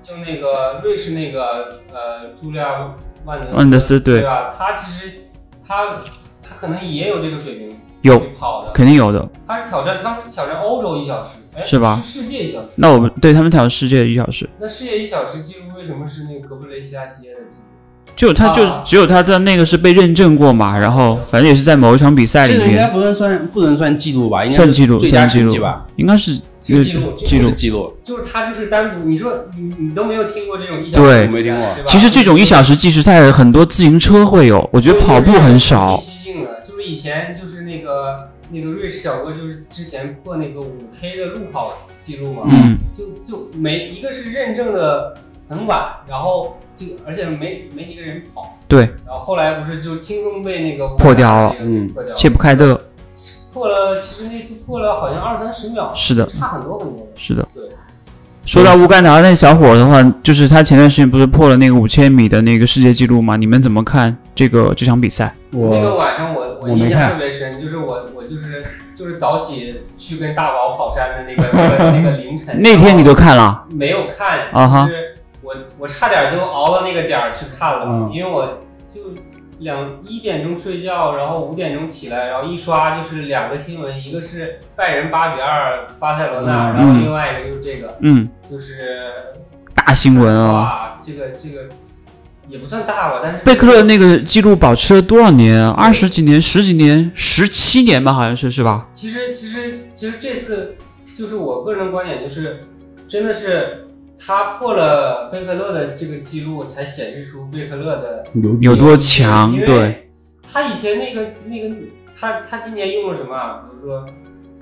就那个瑞士那个呃茱莉亚万德万德斯嗯对对吧？他其实他他可能也有这个水平有去跑的，肯定有的。他是挑战他们是挑战欧洲一小时，哎是吧是世界一小时。那我们对他们挑世界一小时，那世界一小时记录为什么是那个格布雷西亚西耶的记录？就他就啊只有他的那个是被认证过嘛，然后反正也是在某一场比赛这里个应该面不能算不能算记录吧？应该算记录，最佳算记成录绩吧？应该是这个记录，记录是记录，就是他就是单独，你说你你都没有听过这种一小对我没听过对吧其实这种一小时计时赛很多自行车会有，我觉得跑步很有少。吸性的，就是以前就是那个那个瑞士小哥，就是之前破那个五 K 的路跑记录嘛，嗯，就就每一个是认证的很晚，然后就而且没没几个人跑，对，然后后来不是就轻松被那个破掉了，嗯破掉了，切不开的，破了，其实那次破了好像二三十秒，是的，差很多很多。是的对。说到乌干达那小伙的话，就是他前段时间不是破了那个五千米的那个世界纪录吗？你们怎么看这个这场比赛？那个我晚上我我我没印象看特别深，就是我我就是就是早起去跟大宝跑山的那个那个那个凌晨，那天你都看了？没有看，啊哈就是我我差点就熬到那个点儿去看了，嗯因为我就两一点钟睡觉，然后五点钟起来，然后一刷就是两个新闻，一个是拜仁八比二巴塞罗那，嗯然后另外一个就是这个，嗯，就是大新闻啊！哇，这个这个也不算大吧，但是贝克勒那个记录保持了多少年？二十几年、十几年、十七年吧，好像是是吧？其实其实其实这次就是我个人观点，就是真的是他破了贝克勒的这个记录，才显示出贝克勒的牛逼有多强？因对，为他以前那个那个他他今年用了什么啊？比如说。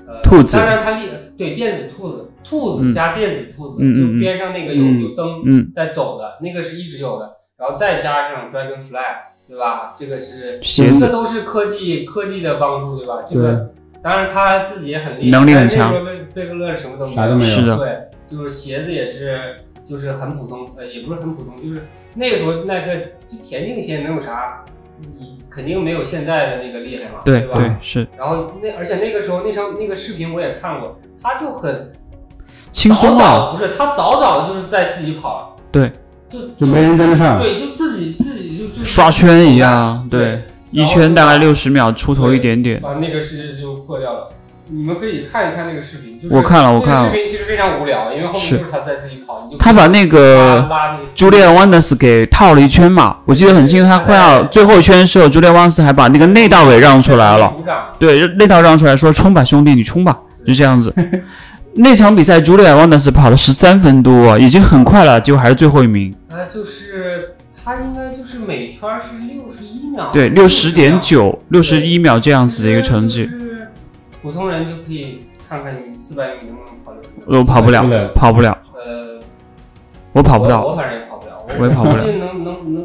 呃，兔子当然他厉对电子兔子，兔嗯子加电子兔子，嗯嗯就嗯边上那个有、嗯有灯嗯，在走的，那个是一直有的，然后再加上 Dragonfly，对吧？这个是鞋子这都是科技科技的帮助，对吧？这个当然他自己也很厉害，能力很强但是那时候贝贝克勒什么都没有，啥都没有是的对，就是鞋子也是就是很普通，呃，也不是很普通，就是那个时候耐克就田径鞋能有啥？你肯定没有现在的那个厉害嘛，对吧？对是然后那而且那个时候那场那个视频我也看过，他就很轻松早啊！早不是他早早的就是在自己跑了，对，就就没人跟得上对，就自己自己就就刷圈一，样，对，对一圈大概六十秒出头一点点。把那个世界就破掉了。你们可以看一看那个视频，就是我看了，我那看个视了，频其实非常无聊，因为后面是就是他在自己跑，你就他把那拉个拉那个 Julia Wonders 给套了一圈嘛，我记得很清楚，他快要最后一圈的时候，Julia Wonders 还把那个内道给让出来了。鼓掌，对，那套让出来说冲吧，兄弟，你冲吧，就这 (laughs) 样子。那场比赛，Julia Wonders 跑了十三分多，已经很快了，结果还是最后一名。呃，就是他应该就是每圈是六十一秒，对，六十点九，六十一秒这样子的一个成绩，。普通人就可以看看你四百米能不能跑六十秒。我跑不了，跑不了，呃，我跑不我到，我反正也跑不了，我也跑不了估计能能能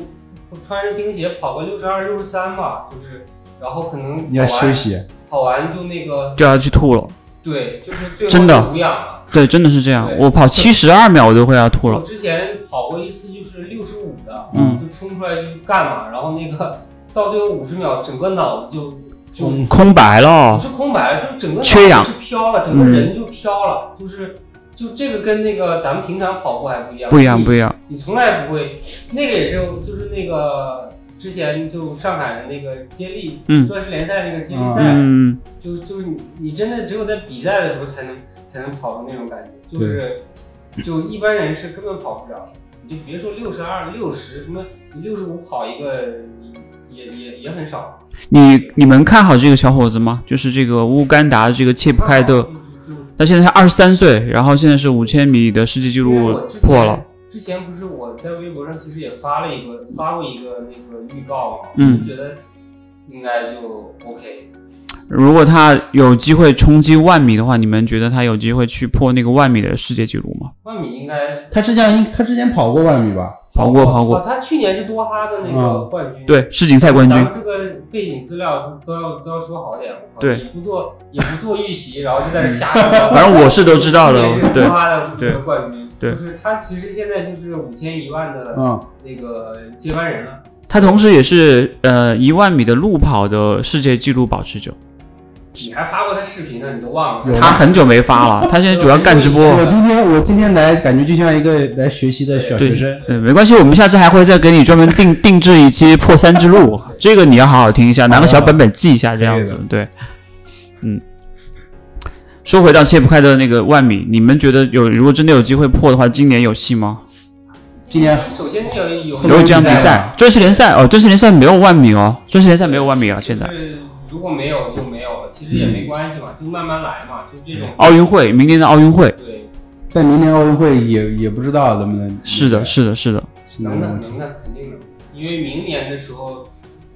穿着冰鞋跑个六十二、六十三吧，就是，然后可能你要跑完休息，跑完就那个，掉下去吐了。对，就是最后真的就无氧了。对，真的是这样对。我跑七十二秒，我都快要吐我了。之前跑过一次，就是六十五的，嗯，就冲出来就干嘛，然后那个到最后五十秒，整个脑子就就空白不了，是空白了，就是整个脑子啊缺氧嗯是飘了，整个人就飘了，就是就这个跟那个咱们平常跑步还不一样，不一样，你不一样。你从来不会，那个也是，就是那个之前就上海的那个接力，嗯钻石联赛那个接力赛，嗯，就就是你你真的只有在比赛的时候才能才能跑出那种感觉，就是就一般人是根本跑不了，你就别说六十二、六十什么，你六十五跑一个也也也很少，你你们看好这个小伙子吗？就是这个乌干达的这个切不开就是的，就他现在才二十三岁，然后现在是五千米的世界纪因为录我之前破了。。之前不是我在微博上其实也发了一个发过一个那个预告嘛，嗯我觉得应该就 OK。如果他有机会冲击万米的话，你们觉得他有机会去破那个万米的世界纪录吗？万米应该他之前应他之前跑过万米吧？跑过，跑过，嗯哦他去年是多哈的那个冠军，，对，世锦赛冠咱军们。这个背景资料都要都要说好点，我靠对嗯也不做也不做预习，然后就在这瞎说。反正我是都知道的去年是对多哈的对冠军，对就是他其实现在就是五千一万的嗯，那个接班人了，他同时也是呃一万米的路跑的世界纪录保持者。你还发过他视频呢，你都忘了有。他很久没 (laughs) 发了，他现在主要干直播。嗯我今天我今天来，感觉就像一个来学习的小学生。对，没关系，我们下次还会再给你专门 (laughs) 定定制一期《破三之路》，这个你要好好听一下，拿个小本本记一下，这样子。对，嗯。说回到切不开的那个万米，你们觉得有如果真的有机会破的话，今年有戏吗？今年首先有有后有面这样比比赛赛，钻石联赛哦，钻石联赛没有万米哦，钻石联赛没有万米啊，现在就是如如果没有就没有了，其实也没关系嗯嘛，就慢慢来嘛，就这种。奥运会，明年的奥运会，对，但明年奥运会也也不知道能不能是的，是的，是的，是能的能能的肯定能，因为明年的时候，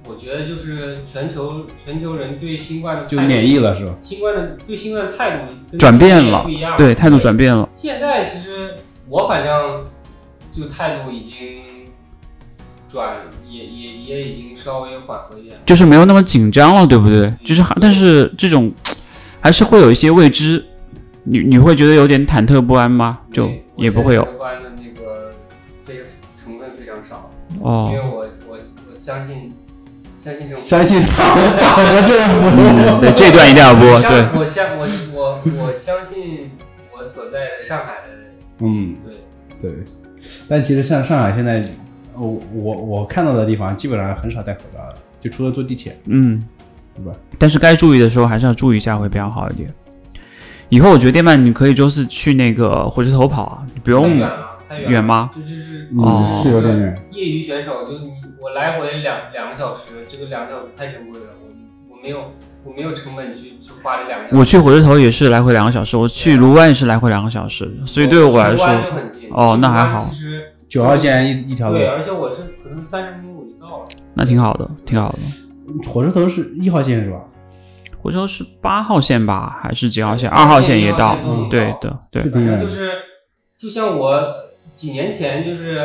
我觉得就是全球全球人对新冠的就态度免疫了是吧？新冠的对新冠的态度跟转变之前了不一样，对，态度转变了。现在其实我反正就态度已经转，也也也已经稍微缓和一点。就是没有那么紧张了，对不对？就是嗯还，但是这种还是会有一些未知，你你会觉得有点忐忑不安吗？就对也不会有我现在乐观的那个非成分非常少，因哦为。我我我相信相信这种。相信党党和政府，嗯，对，这段一定要播。我对，相我相我我我相信我所在的上海的嗯，对对，但其实像上海现在，我我我看到的地方基本上很少戴口罩了，就除了坐地铁，嗯对吧，但是该注意的时候还是要注意一下，会比较好一点。以后我觉得电鳗你可以就是去那个火车头跑啊，你不太用远了，太远了，吗？就就是哦嗯，是有点远。业余选手，就你我来回两两个小时，这个两个小时太珍贵了，我我没有我没有成本去去花这两个小时。我去火车头也是来回两个小时，我去卢湾也是来回两个小时，所以对我来我台湾说，就很近哦那还好其实九号线一一条路对，，而且我是可能三十分钟我就到了。那挺好的，挺好的。火车头是一号线是吧？火车头是八号线吧，还是几号线？二号线也到二号线都嗯能，到对的，对。是挺反远正就的。是，就像我几年前就是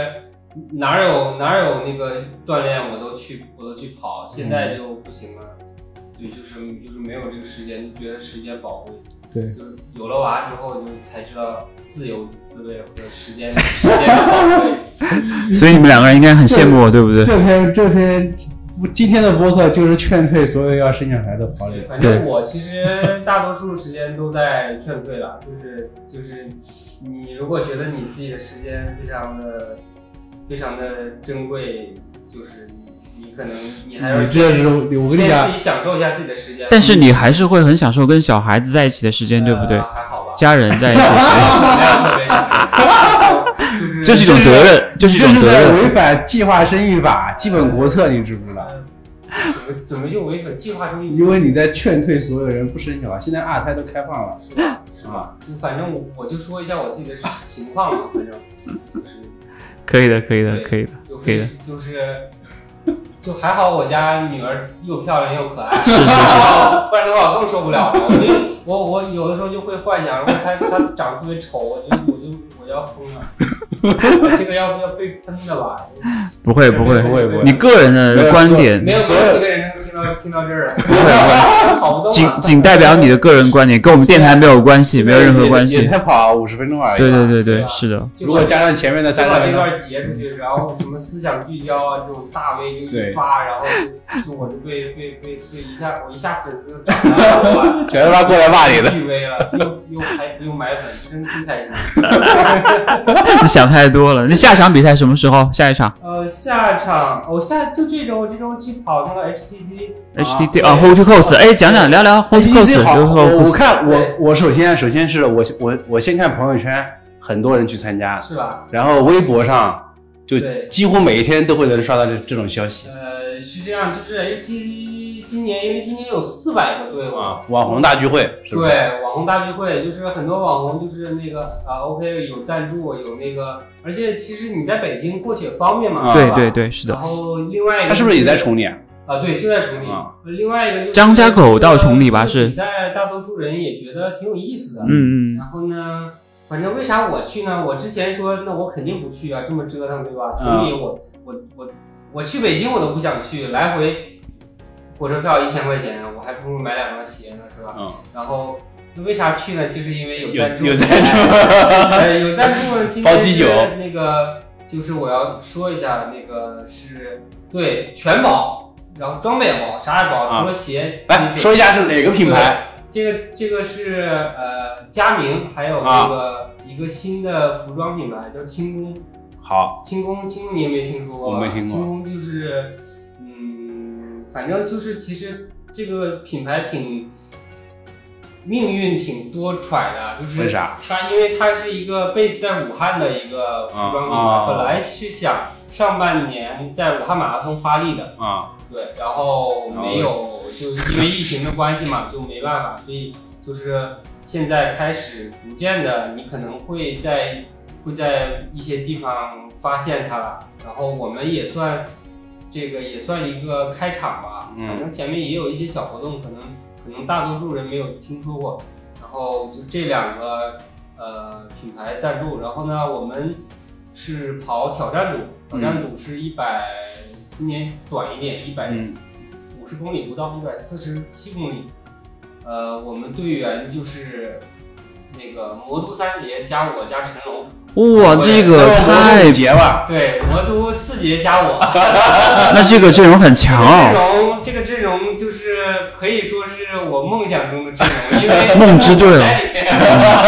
哪有哪有那个锻炼，我都去我都去跑，现嗯在就不行了，对，就是就是没有这个时间，就觉得时间宝贵。对，就是有了娃之后，就才知道自由的滋味和时间时间的宝贵。所以你们两个人应该很羡慕我，对不对？这篇这篇今天的播客就是劝退所有要生小孩的跑对，者。反正我其实 (laughs) 大多数时间都在劝退了，就是就是你如果觉得你自己的时间非常的非常的珍贵，就是你你可能你还要你先这是我跟你先讲自，己享受一下自己的时间，但是你还是会很享受跟小孩子在一起的时间，对不对呃？还好吧， (laughs) 家人在一起的时间，没有特别享受，就是这是一种责任，这是一这种是责在任。违反计划生育法基本国策，你知不知道？怎么怎么就违反计划生育？因为你在劝退所有人不生小孩，现在二胎都开放了，是吧？是吧？就反正我我就说一下我自己的情况吧，反正就是。可以的，可以的，对可以的，就可以的非就是就还好，我家女儿又漂亮又可爱，是是 (laughs) 不然的话我更受不了了。我就我我有的时候就会幻想，我她她长得特别丑，我就我就我要疯了。这个要不要被喷的吧？不会不会不。会不会你个人的观点没有所没有有几个人能听到听到这儿不会不会， (laughs) 啊，跑不动仅了。仅代表你的个人观点，跟我们电台没有关系，没有任何关也系。才跑五十分钟而已。对对对对对，吧是的， (laughs) 就如果加上前面的就三把十这分钟，段截出去，然后什么思想聚焦啊，这种大 V 就一对发，然后就就我就被被被被一下我一下粉丝涨了，哇 (laughs) 全他妈过来骂你的。巨威了，又又还不用买粉，真真开心。你想太多了。那下场比赛什么时候？下一场 (laughs) 呃，下场我、下就这周，这周去跑那个 HTC。 HTC 啊，Hold to Close，哎，讲讲聊聊 Hold to PPC Close，好，聊我聊 Hold 我 to Close。看我我首先首先是我我我先看朋友圈，很多人去参加，是吧？然后微博上就对几乎每一天都会能刷到这这种消息。呃，是这样，就是 HTC 今年，因为今年有四百个队嘛，啊网红大聚会是不是？对，网红大聚会就是很多网红就是那个啊，OK 有赞助，有那个，而且其实你在北京过去也方便嘛，啊对吧对。对，是然的，后另外一个，他是不是也在崇礼啊？啊，对，就在崇礼。啊另外一个就是张家口到崇礼吧这个是比赛，大多数人也觉得挺有意思的。嗯嗯，然后呢，反正为啥我去呢？我之前说那我肯定不去啊，这么折腾对嗯吧？崇礼我我我我去北京我都不想去，来回火车票一千块钱，我还不如买两双鞋呢，是吧？嗯，然后那为啥去呢？就是因为有有赞助，有赞助 (laughs) 呃，有赞助呢，今包天机是酒那个就是我要说一下，那个是对全保，然后装备也保，啥也保，啊除了鞋。来那说一下是哪个品牌？对？这个这个是呃佳明，还有啊那个、一个新的服装品牌叫轻功，好，轻功轻功你也没听说过吧？我没听过轻功就是嗯，反正就是其实这个品牌挺命运挺多舛的，就是为啥？它因为它是一个 base 在武汉的一个服装品牌，啊啊本来是想上半年在武汉马拉松发力的。啊对，然后没有，就因为疫情的关系嘛，就没办法，所以就是现在开始逐渐的，你可能会在会在一些地方发现它了。然后我们也算这个也算一个开场吧，嗯反正前面也有一些小活动，可能可能大多数人没有听说过。然后就这两个呃品牌赞助，然后呢，我们是跑挑战组，挑战嗯组是一百、今年短一点，一百五十公里不到，一百四十七公里。呃，我们队员就是那个魔都三杰加我加陈龙，嗯哇，这个太，结吧，对，魔都四杰加 (laughs) 我，那这个阵容很这强个阵哦，容，这个阵容就是可以说是我梦想中的阵容，因为梦之队了在里面 (laughs)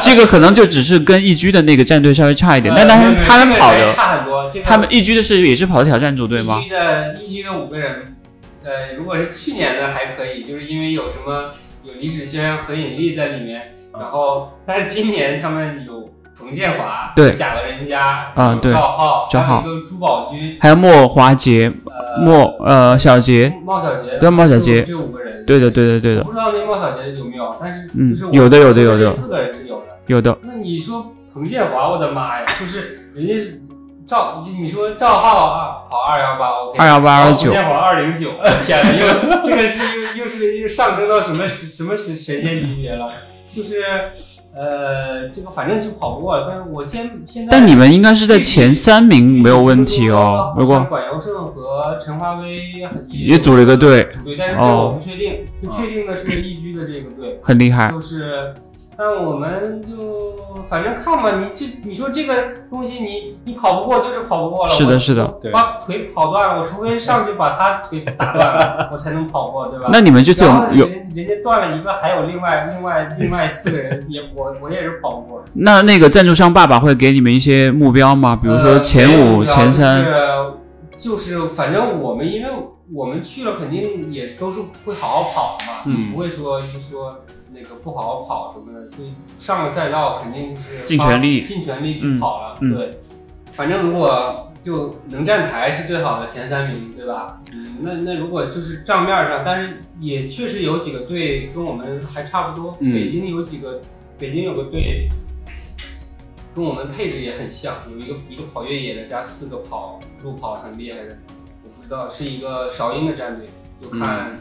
这个可能就只是跟易居的那个战队稍微差一点，但呃但是没有他们没有跑这个还的，差很多，这个他们易居的是也是跑的挑战组队吗一？区的一区的五个人，呃，如果是去年的还可以，就是因为有什么有李芷萱、何引力在里面，然后但是今年他们有彭建华、对贾德人家、啊有对赵浩，赵浩还有一个朱宝军，还有莫华杰、呃，莫呃小杰，冒小杰，对冒小杰这五个人，对的，对的，对我的，不知道那冒小杰有没有，但是嗯就是我有的有的有的这四个人是有的。有的，那你说彭建华，我的妈呀，就是人家是赵，你说赵浩啊，跑二幺八，OK，二幺八、二彭九，建华二 (laughs) 零九，我的天呐，又这个是又又是又上升到什么什么神神仙级别了？就是呃，这个反正就跑不过，但是我先现在，但你们应该是在前三名没有问题哦。如好果像管尧胜和陈华威也组了一个队，对，但是这个我不确定，就确定的是易居的这个队。很厉害。就是，但我们就反正看吧，你这你说这个东西你，你跑不过就是跑不过了。是的我是的对把腿跑断，我除非上去把他腿打断 (laughs) 了，我才能跑过，对吧？那你们这次然后有有人人家断了一个，还有另外另外另外四个人也我我也是跑不过。那那个赞助商爸爸会给你们一些目标吗？比如说前五、呃前三，，就是就是反正我们因为我们去了，肯定也都是会好好跑的嘛，嗯不会说就说那个不好好跑什么的，就上了赛道肯定就是尽全力尽全力去嗯跑了，嗯对，反正如果就能站台是最好的前三名，对吧？嗯，那那如果就是账面上，但是也确实有几个队跟我们还差不多，嗯北京有几个，北京有个队跟我们配置也很像，有一个一个跑越野的加四个跑路跑很厉害的，我不知道是一个韶音的战队，就嗯看、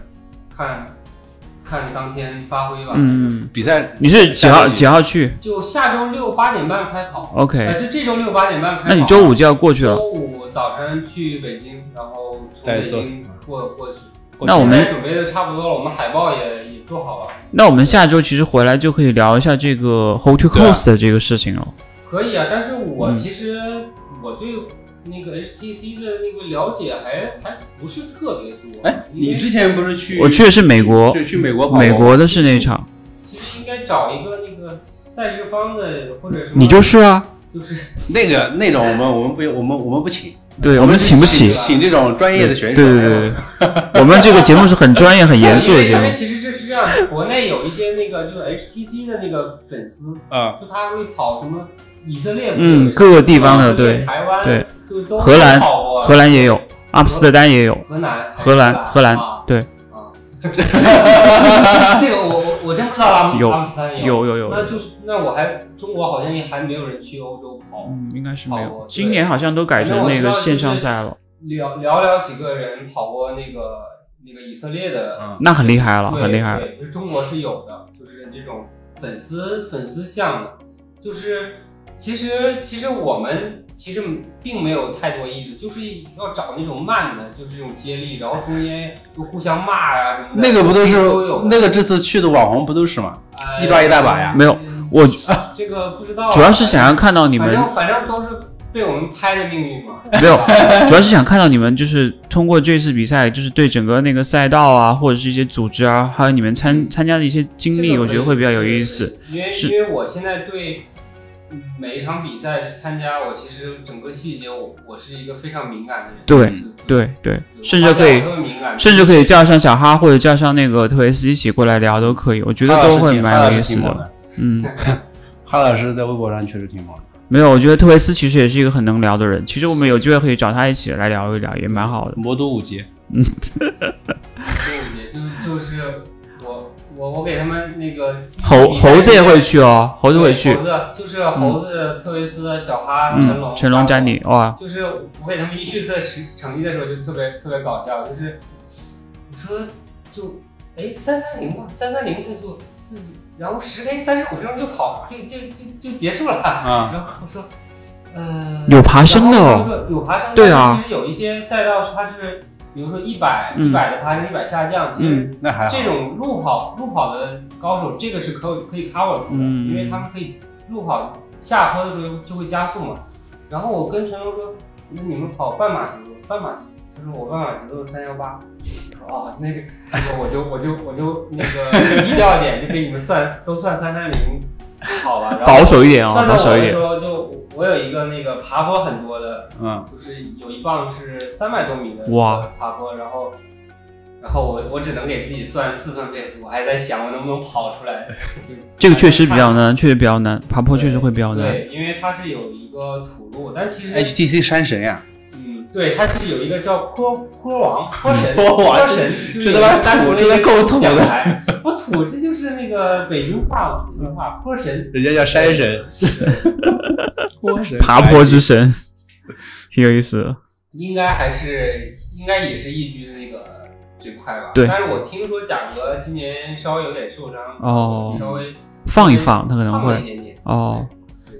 看看当天发挥吧。，嗯，比赛你是几号几号去就下周六八点半开跑，哎、 ？OK，就这周六八点半开跑。那你周五就要过去了。周五早晨去北京，然后从再北坐京过过去。那我们现在准备的差不多了，我们海报也也做好了，那我们下周其实回来就可以聊一下这个 How to 对啊 Cost 的这个事情了。可以啊。但是我嗯其实、我对那个 HTC 的那个了解还还不是特别多。哎，因为你之前不是去我去的是美国就去美国跑吗美国的是那一场，其实应该找一个那个赛事方的，或者是你就是啊，就是那个那种我们我们不我们我们不请，对我们请不起。请这种专业的选手。对对对对，我们这个节目是很专业、很严肃的因为节因为 (laughs) 目。其实这是这样的，国内有一些那个就是 HTC 的那个粉丝，啊，就他会跑什么以色列，嗯，各个地方的对，台湾对，就都荷兰跑过荷兰也有，阿姆斯特丹也有，荷兰荷兰荷兰啊对，啊这个我我我真不知道阿姆有阿姆斯特丹有有有。那就是那我还中国好像也还没有人去欧洲跑，嗯，应该是没没有跑有过。今年好像都改成那个线上赛了，聊聊聊几个人跑过那个那个以色列的嗯那很厉害了，对啊很厉害了。对，就是中国是有的，就是这种粉丝粉丝向的，就是其实其实我们其实并没有太多意思，就是要找那种慢的，就是这种接力，然后中间又互相骂呀、什么的。那个不都是都有的那个这次去的网红不都是吗？呃一抓一大把呀没有我嗯这个不知道啊，主要是想要看到你反们正反正都是被我们拍的命运嘛。 (laughs) 没有，主要是想看到你们就是通过这次比赛，就是对整个那个赛道啊，或者是一些组织啊，还有你们参参加的一些经历，这个我觉得可以会比较有意思。。对对对是因为因为我现在对每一场比赛去参加，我其实整个细节我我是一个非常敏感的人。对嗯对对，我甚至可以发现我特别敏感，甚至可以叫上小哈或者叫上那个特维斯一起过来聊都可以，我觉得都会蛮有意思的。的。嗯，哈老师在微博上确实挺猛的。没有，我觉得特维斯其实也是一个很能聊的人，其实我们有机会可以找他一起来聊一聊，也蛮好的。魔都五杰，也就就是我我我给他们那个猴猴子也会去哦，猴子会去猴，子就是猴子、特维斯、小哈、成嗯龙、，成龙、詹妮，哇，就是我给他们一预测成成绩的时候，就特别特别搞笑，就是我说就哎三三零吧，三三零配速，就是然后十 K 三十五分钟就跑，就就就就结束了。啊然后我说，呃，有爬升的然哦，后他们说有爬升的，对啊但是其实有一些赛道是它是，比如说一百嗯一百的爬升，一百下降，其实嗯那还好这种路跑路跑的高手，这个是可可以 cover 住的，嗯因为他们可以路跑下坡的时候就会加速嘛。然后我跟陈龙说，那你们跑半马节奏，半马节奏。他说我半马节奏是三幺八，哦，那个那个我就我就我就那个低调一点，就给你们算都算三三零，好吧？然后保守一点哦，算保到我守一的时点，候，就我有一个那个爬坡很多的，嗯，就是有一磅是三百多米的哇爬坡，然后然后我我只能给自己算四分配速，我还在想我能不能跑 (laughs) 出来。就这个确实比较难，确实比较难，爬坡确实会比较难。对，因为它是有一个土路，但其实 HTC 山神呀，嗯，对，它是有一个叫坡坡王、(laughs) 坡神、坡王神，就这是他妈单独土真的够土的讲台。我土，这就是那个北京话嘛，北京话坡神。人家叫山 (laughs) 神，坡神爬坡之神， (laughs) 挺有意思的。应该还是应该也是抑郁的那个最快吧。对但是我听说贾格今年稍微有点受伤，哦稍微放一放，他可能胖了会一点点。哦，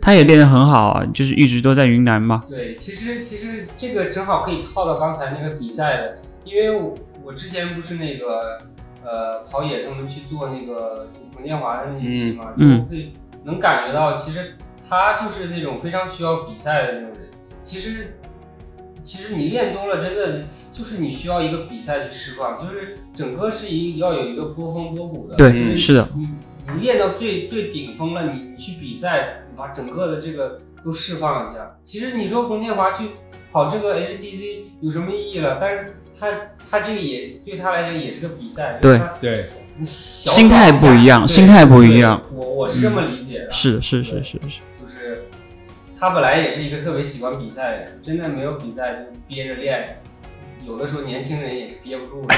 他也练得很好啊，就是一直都在云南嘛。对，其实其实这个正好可以套到刚才那个比赛的，因为我我之前不是那个呃跑野他们去做那个冯建华的那一期嘛，嗯就我会能感觉到，其实他就是那种非常需要比赛的那种人。其实其实你练多了，真的就是你需要一个比赛去释放，就是整个是一要有一个波峰波谷的，对就是的你你练到最最顶峰了，你你去比赛，你把整个的这个都释放一下。其实你说冯建华去跑这个 HTC 有什么意义了？但是他他这个也对他来讲也是个比赛，对就是他对，你小心态不一样对心态不一样。嗯对我我是这么理解的，啊是的，是是是是，就是他本来也是一个特别喜欢比赛的人，真的没有比赛就憋着练，有的时候年轻人也是憋不住的，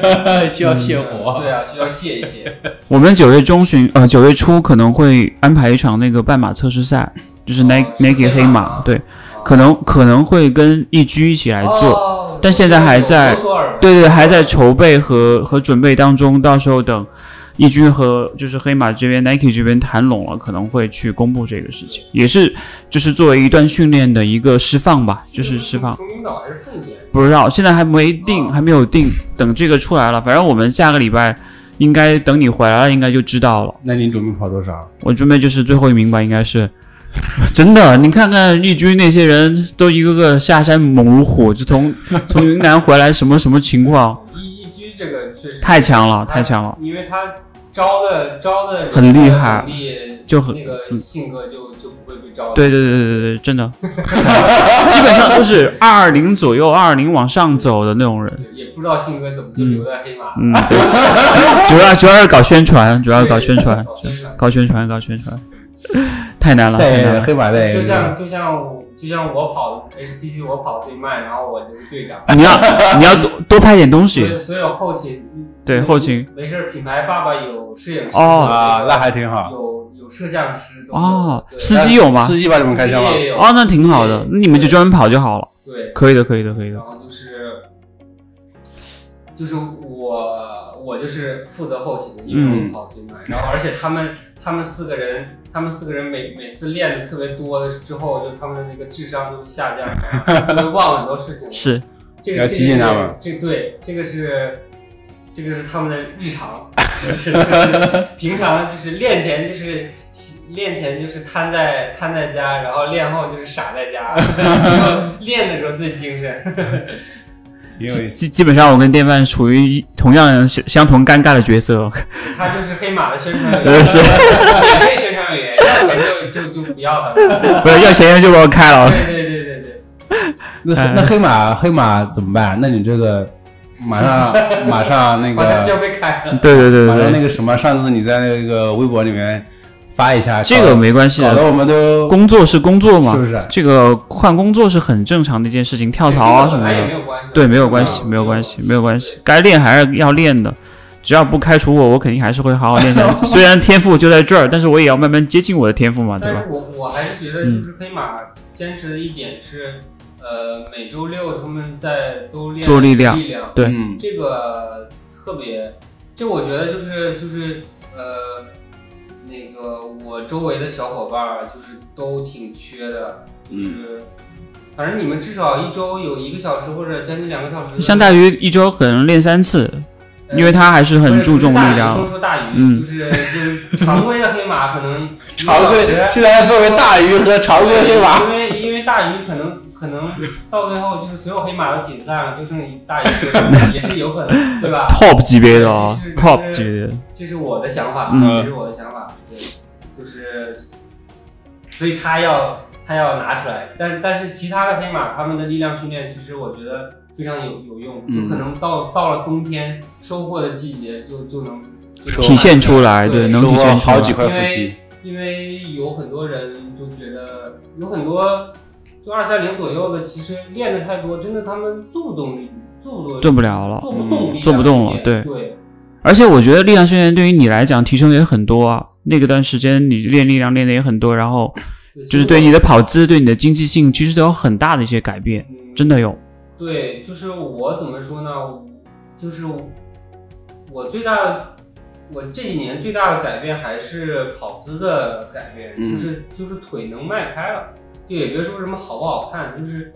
对吧？ (laughs) 需要泄对火，啊，需要泄一泄。我们九月中旬呃九月初可能会安排一场那个半马测试赛，就是哦 Nike 是 Nike 黑黑马马，吗对，可能可能会跟易居一起 (laughs) 来做。哦但现在还在有索尔吗对对，还在筹备和和准备当中，到时候等易居和就是黑马这边 Nike 这边谈拢了，可能会去公布这个事情，也是就是作为一段训练的一个释放吧，就是释放。崇明岛还是奉贤？不知道，现在还没定，哦还没有定。等这个出来了，反正我们下个礼拜应该等你回来了，应该就知道了。那你准备跑多少？我准备就是最后一名吧，应该是 (laughs) 真的。你看看丽军那些人都一个个下山猛如虎，就从从云南回来，什么什么情况？一一，E 居这个确实太强了，太强了，，因为他招的招的人很厉害能力就很嗯那个性格就就不会被招。，对对对对对对，真的， (laughs) 基本上都是二二零左右，二二零往上走的那种人。也不知道性格怎么就留在黑马。嗯，对主要主要是搞宣传，主要是搞宣 (laughs) 传，搞宣传搞宣传，搞宣传，太难了，太难带了。黑马带就像就像我就像我跑 HCC，我跑最慢，然后我就是队长。你要你要多多拍点东所西，以所有后勤嗯对后勤没事儿，品牌爸爸有摄影师哦啊，那还挺好。有有摄像师都有哦对司机有吗司机把你们开司箱吗机？也有哦，那挺好的，那你们就专门跑就好了。对，可以的，可以的，可以然的。后就是就是我我就是负责后勤的，因为我嗯跑最慢，然后而且他们他们四个人。他们四个人每每次练的特别多的之后，就他们那个智商就会 (laughs) 下降，就会忘了很多事情。是，这要个激进他们。这个是这对这个是这个是他们的 (laughs) 日常，就是就是平常就是练前就是练前就是瘫在瘫在家，然后练后就是傻 (laughs) 在家，然后练的时候最精神。挺有意思。基基本上我跟电饭处于一同样相相同尴尬的角色。 (laughs) 他就是黑马的宣传委呃员，是免费宣传委员，要钱就就就不要他了。不是要钱人就给我开了，对对对对对，那 (laughs) 哎那黑马黑马怎么办？那你这个马 (laughs) 上马上那好像呃个就被开了。对对对马上那对个什么？上次你在那个微博里面发一下，这个没关系搞的，得我们都工作是工作嘛，是不是这个换工作是很正常的一件事情，跳槽啊什么本来也没的，哎有关系，对，没有关系，没有关系，没有关系，该练还是要练的。只要不开除我，我肯定还是会好好练下去。虽然天赋就在这儿，但是我也要慢慢接近我的天赋嘛，啊对但吧？嗯是我我还是觉得，就是黑马坚持的一点是，呃，每周六他们在都练做力量力量对嗯这个特别，这我觉得就是就是呃，那个我周围的小伙伴儿啊就是都挺缺的，就是、嗯反正你们至少一周有一个小时或者将近两个小时的，相当于一周可能练三次，因为他还是很注重力不是不量。是大鱼不能说大鱼，嗯就是就是常规的黑马 (laughs) 可能常规现在还分为大鱼和常规黑马。因为因为大鱼可能可能到最后就是所有黑马都解散了，就剩一大鱼 (laughs) 也是有可能，对吧？ Top 级别的哦是，Top 级别的，这是我的想法，嗯这是我的想法，对，就是，所以他要他要拿出来，但但是其他的黑马他们的力量训练，其实我觉得非常有有用，嗯就可能到到了冬天收获的季节就就能就能体现出来，对对，能体收获现出好来几。块腹肌，因为有很多人就觉得有很多就二三零左右的，其实练的太多，真的他们做不动力，做不动力，做不了了做不动力，做不动了对对对，而且我觉得力量训练对于你来讲提升也很多啊。那个段时间你练力量练的也很多，然后就是对你的跑姿、对你的经济性，其实都有很大的一些改变，嗯真的有。对，就是我怎么说呢？就是我最大的，我这几年最大的改变还是跑姿的改变，嗯就是就是腿能迈开了，就也别说什么好不好看，就是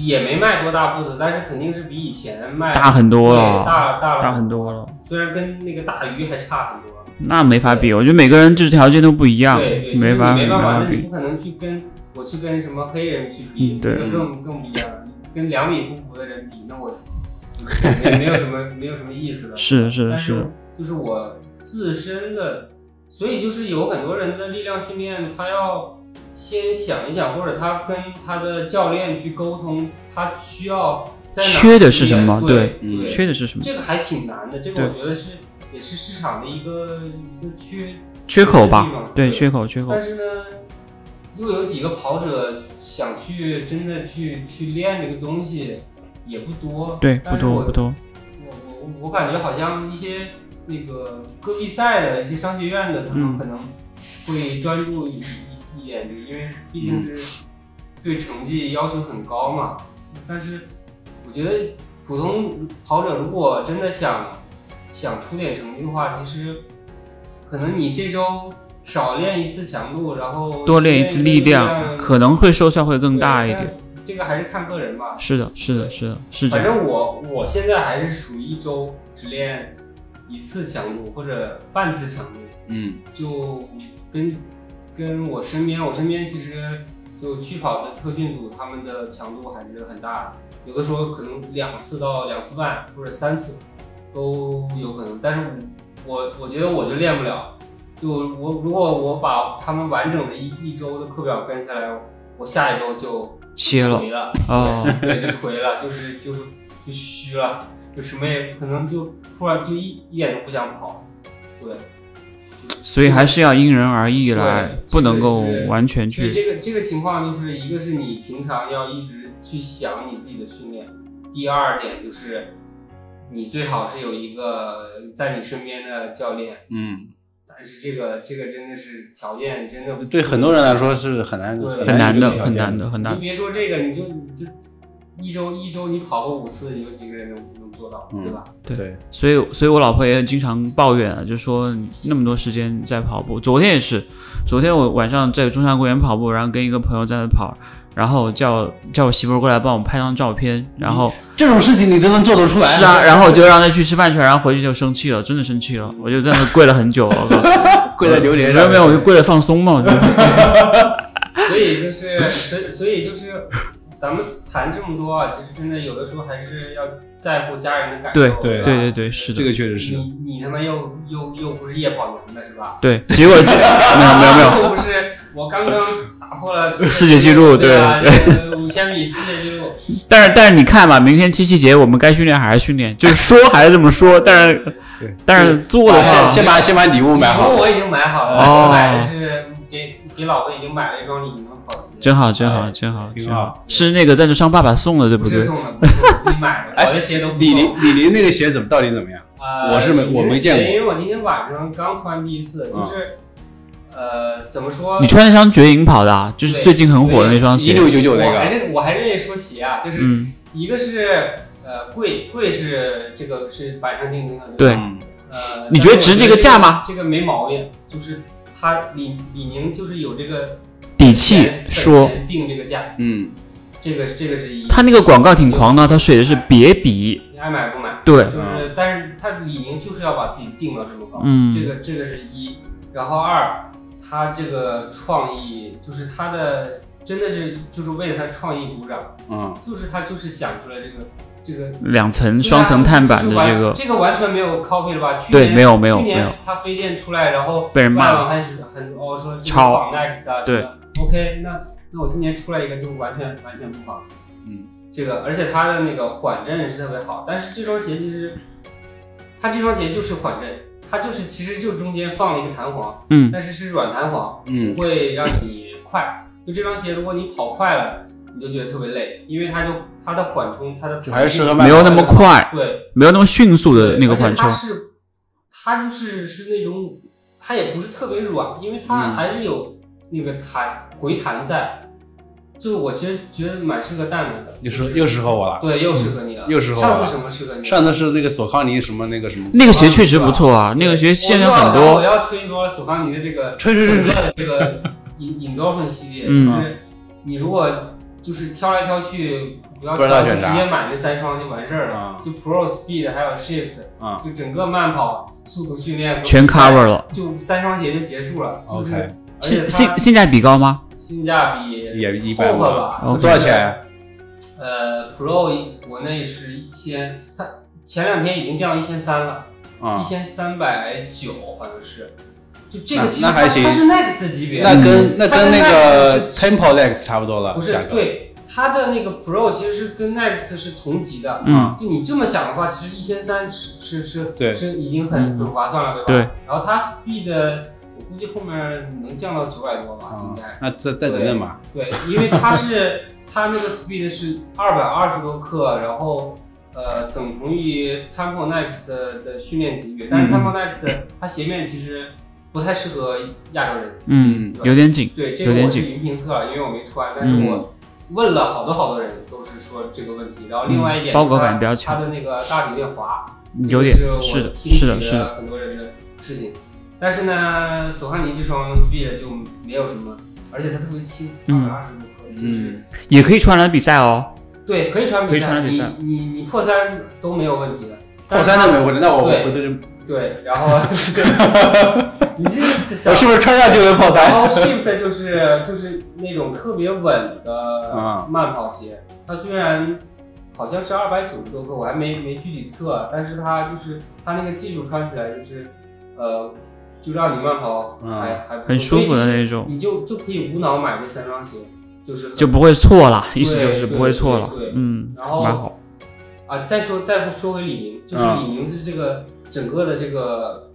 也没迈多大步子，但是肯定是比以前迈大很多对了，大大了大很多了，虽然跟那个大鱼还差很多，那没法比。我觉得每个人就是条件都不一样对对，，没法法比，没没法法，那你比。不可能去跟我去跟什么黑人去比嗯，对那个更更不一样，跟两米不服的人比，那我没没有什么没有什么意 (laughs) 思的。是是但是，就是我自身的，所以就是有很多人的力量训练，他要先想一想，或者他跟他的教练去沟通，他需要在哪缺的是什么训对练嗯对，缺的是什么？这个还挺难的，这个我觉得是也是市场的一个一个缺缺口缺的地吧方？对，对缺口缺口但。是呢，又有几个跑者想去真的去去练这个东西也不多，对，但不是多我不多。我我我感觉好像一些那个戈壁赛的一些商学院的，他嗯们可能会专注一一一点这个，因为毕嗯竟是对成绩要求很高嘛。但是我觉得普通跑者如果真的想想出点成绩的话，其实可能你这周少练一次强度，然后多练一次次力量，量可能会收效会更大一。对点。但这个还是看个人吧，是的，是的，是的，是这反样。正我我现在还是属于一周只练一次强度或者半次强度，嗯就跟跟我身边，我身边其实就去跑的特训组，他们的强度还是很大的，有的时候可能两次到两次半或者三次都有可能，但是我我觉得我就练不了，就我如果我把他们完整的一一周的课表跟下来，我下一周就歇了没了。哦， (laughs) 对，就颓了，就是就是就虚了，就什么也可能就突然就一一点都不想跑，对。 (laughs) 所以还是要因人而异来对，不能够这个是完全对去。这个这个情况，就是一个是你平常要一直去想你自己的训练，第二点就是你最好是有一个在你身边的教练，嗯，但是这个这个真的是条件真的不对很多人来说是很难对很难的，有这个条很件难。的，很你难就。别说这个，你就你就一周一周你跑个五次，有几个人能能做到，嗯对吧？对，所以，所以我老婆也经常抱怨啊，就说你那么多时间在跑步。昨天也是，昨天我晚上在中山公园跑步，然后跟一个朋友在那跑，然后叫叫我媳妇儿过来帮我拍张照片，然后这种事情你都能做得出来？是啊，然后我就让她去吃饭去了，然后回去就生气了，真的生气了，我就在那跪了很久，我靠， (laughs) 跪在榴莲没有上，没有，我就跪着放松嘛，我就 (laughs) 所以就是，所以所以就是，咱们谈这么多啊，其实真的有的时候还是要在乎家人的感受。对对啊吧对对对，是的这。个确实是你。你他妈又又又不是夜跑娘的是吧？对，结果这啊没有没有没有， (laughs) 又不是我刚刚打破 (laughs) 了世界纪录对啊对，五千米世界纪录。 (laughs) 但是但是你看吧，明天七夕节我们该训练还是训练，就是说还是这么说，但对是但是做的我话先，先把先把礼物买好礼物，我已经买好了，哦我买的是给给老婆已经买了一双李宁的跑鞋，真好真好真好，挺真好是那个赞助商爸爸送的，对不不哎对？哎是送的，不是我自己买的，我的鞋都不李错。宁李宁那个鞋怎么到底怎么样？呃，我是没我没见过因为我今天晚上刚穿第一次，就是呃，怎么说嗯你？穿那双绝影跑的，啊，就是对最近很火的那双一鞋，六九九那我还个，是我还是愿意说鞋啊，就是嗯，一个是呃贵贵是这个是板上钉钉的，对嗯呃，你觉得值这个价吗？这个没毛病，就是他李李宁就是有这个底气本钱说，定这个价，嗯，这个这个是一，他那个广告挺狂的，他写的是别比，你爱买不买，对，就是但是他李宁就是要把自己定到这么高，嗯这个这个是一，然后二，他这个创意就是他的真的是就是为了他创意鼓掌，嗯，就是他就是想出来这个这个两层双层碳板的对啊就是这完个，这个完全没有 copy 了吧？去对年没有没有去没年有他飞电出来，然后被人骂了了，开始很哦说这个抄仿 Next 啊，对什么的。OK，那那我今年出来一个就完全完全不仿，嗯，这个而且它的那个缓震是特别好，但是这双鞋其实它这双鞋就是缓震，它就是其实就中间放了一个弹簧，嗯，但是是软弹簧，嗯不会让你快。就这双鞋，如果你跑快了，你就觉得特别累，因为它就它的缓冲，它的就还是适合慢没有那么快，对。没有那么迅速的那个而且缓冲它，是，它就是是那种，它也不是特别软，因为它嗯还是有那个弹回弹在。就是我其实觉得蛮适合蛋蛋的，又适又适合我了。嗯对，又适合你了，又适合我上了次什么适合你？上次是那个索康尼什么那个什么，那个鞋确实不错啊，那个鞋现在很我多，要吹一波索康尼的这 (laughs) 个吹吹吹吹整个的这 (laughs) 个引引刀顺系列，嗯就是你如果就是挑来挑去，不要不知道挑，选就啥直接买那三双就完事儿啊了。就 Pro Speed 还有 Shift，啊就整个慢跑速度训练和全 cover 了。就三双鞋就结束了。就是 OK 而且性它性性价比高吗？性价比也一百 o 五，吧？ OK 多少？钱？啊呃，Pro 国内是一千，它前两天已经降到一千三了，啊一，千三百九好像是。就这那个其实那它还行它是 Next 级别，那跟那跟那个嗯 Temple Lex 差不多了，不是价格。对它的那个 Pro 其实是跟 Next 是同级的。嗯，就你这么想的话，其实一千三是是是对是已经很嗯很划算了，对吧？对。然后它 Speed 我估计后面能降到九百多吧，啊应该。，那再再等等吧。对，因为它是 (laughs) 它那个 Speed 是二百二十多克，然后呃等同于 Tempo Next 的的训练级别，但是嗯 Tempo Next 它鞋面其实不太适合亚洲人。嗯，有点紧。对，这有个点我是紧嗯云评测了，因为我没穿，但是我问了好多好多人都是说这个问题。然后另外一点，嗯包裹感它比较强嗯它的那个大底有点滑，有点这个是是的我听是的取是的了很多人的事情。但是呢，索汉尼这双 Speed 就没有什么，而且它特别轻，二嗯百二十多克，就是嗯也可以穿来比赛哦。对，可以穿可以比赛，穿比你赛你你破三都没有问题的。破三都没问题，那我对回头就，对，(laughs) 然后你这我个是不是穿上就能 (laughs) 破然三？后 Shift 就是就是那种特别稳啊的慢跑鞋，它虽然好像是二百九十多克，我还没没具体测，啊但是它就是它那个技术穿起来就是，呃，就让你慢跑嗯还、还不错啊很舒服的那种所以就是你就就可以无脑买这三双鞋，就是很就不会错了，对意思就是不会错了对对。对嗯，然蛮后好。啊，再说再说回李宁，就是嗯李宁是这个整个的这个，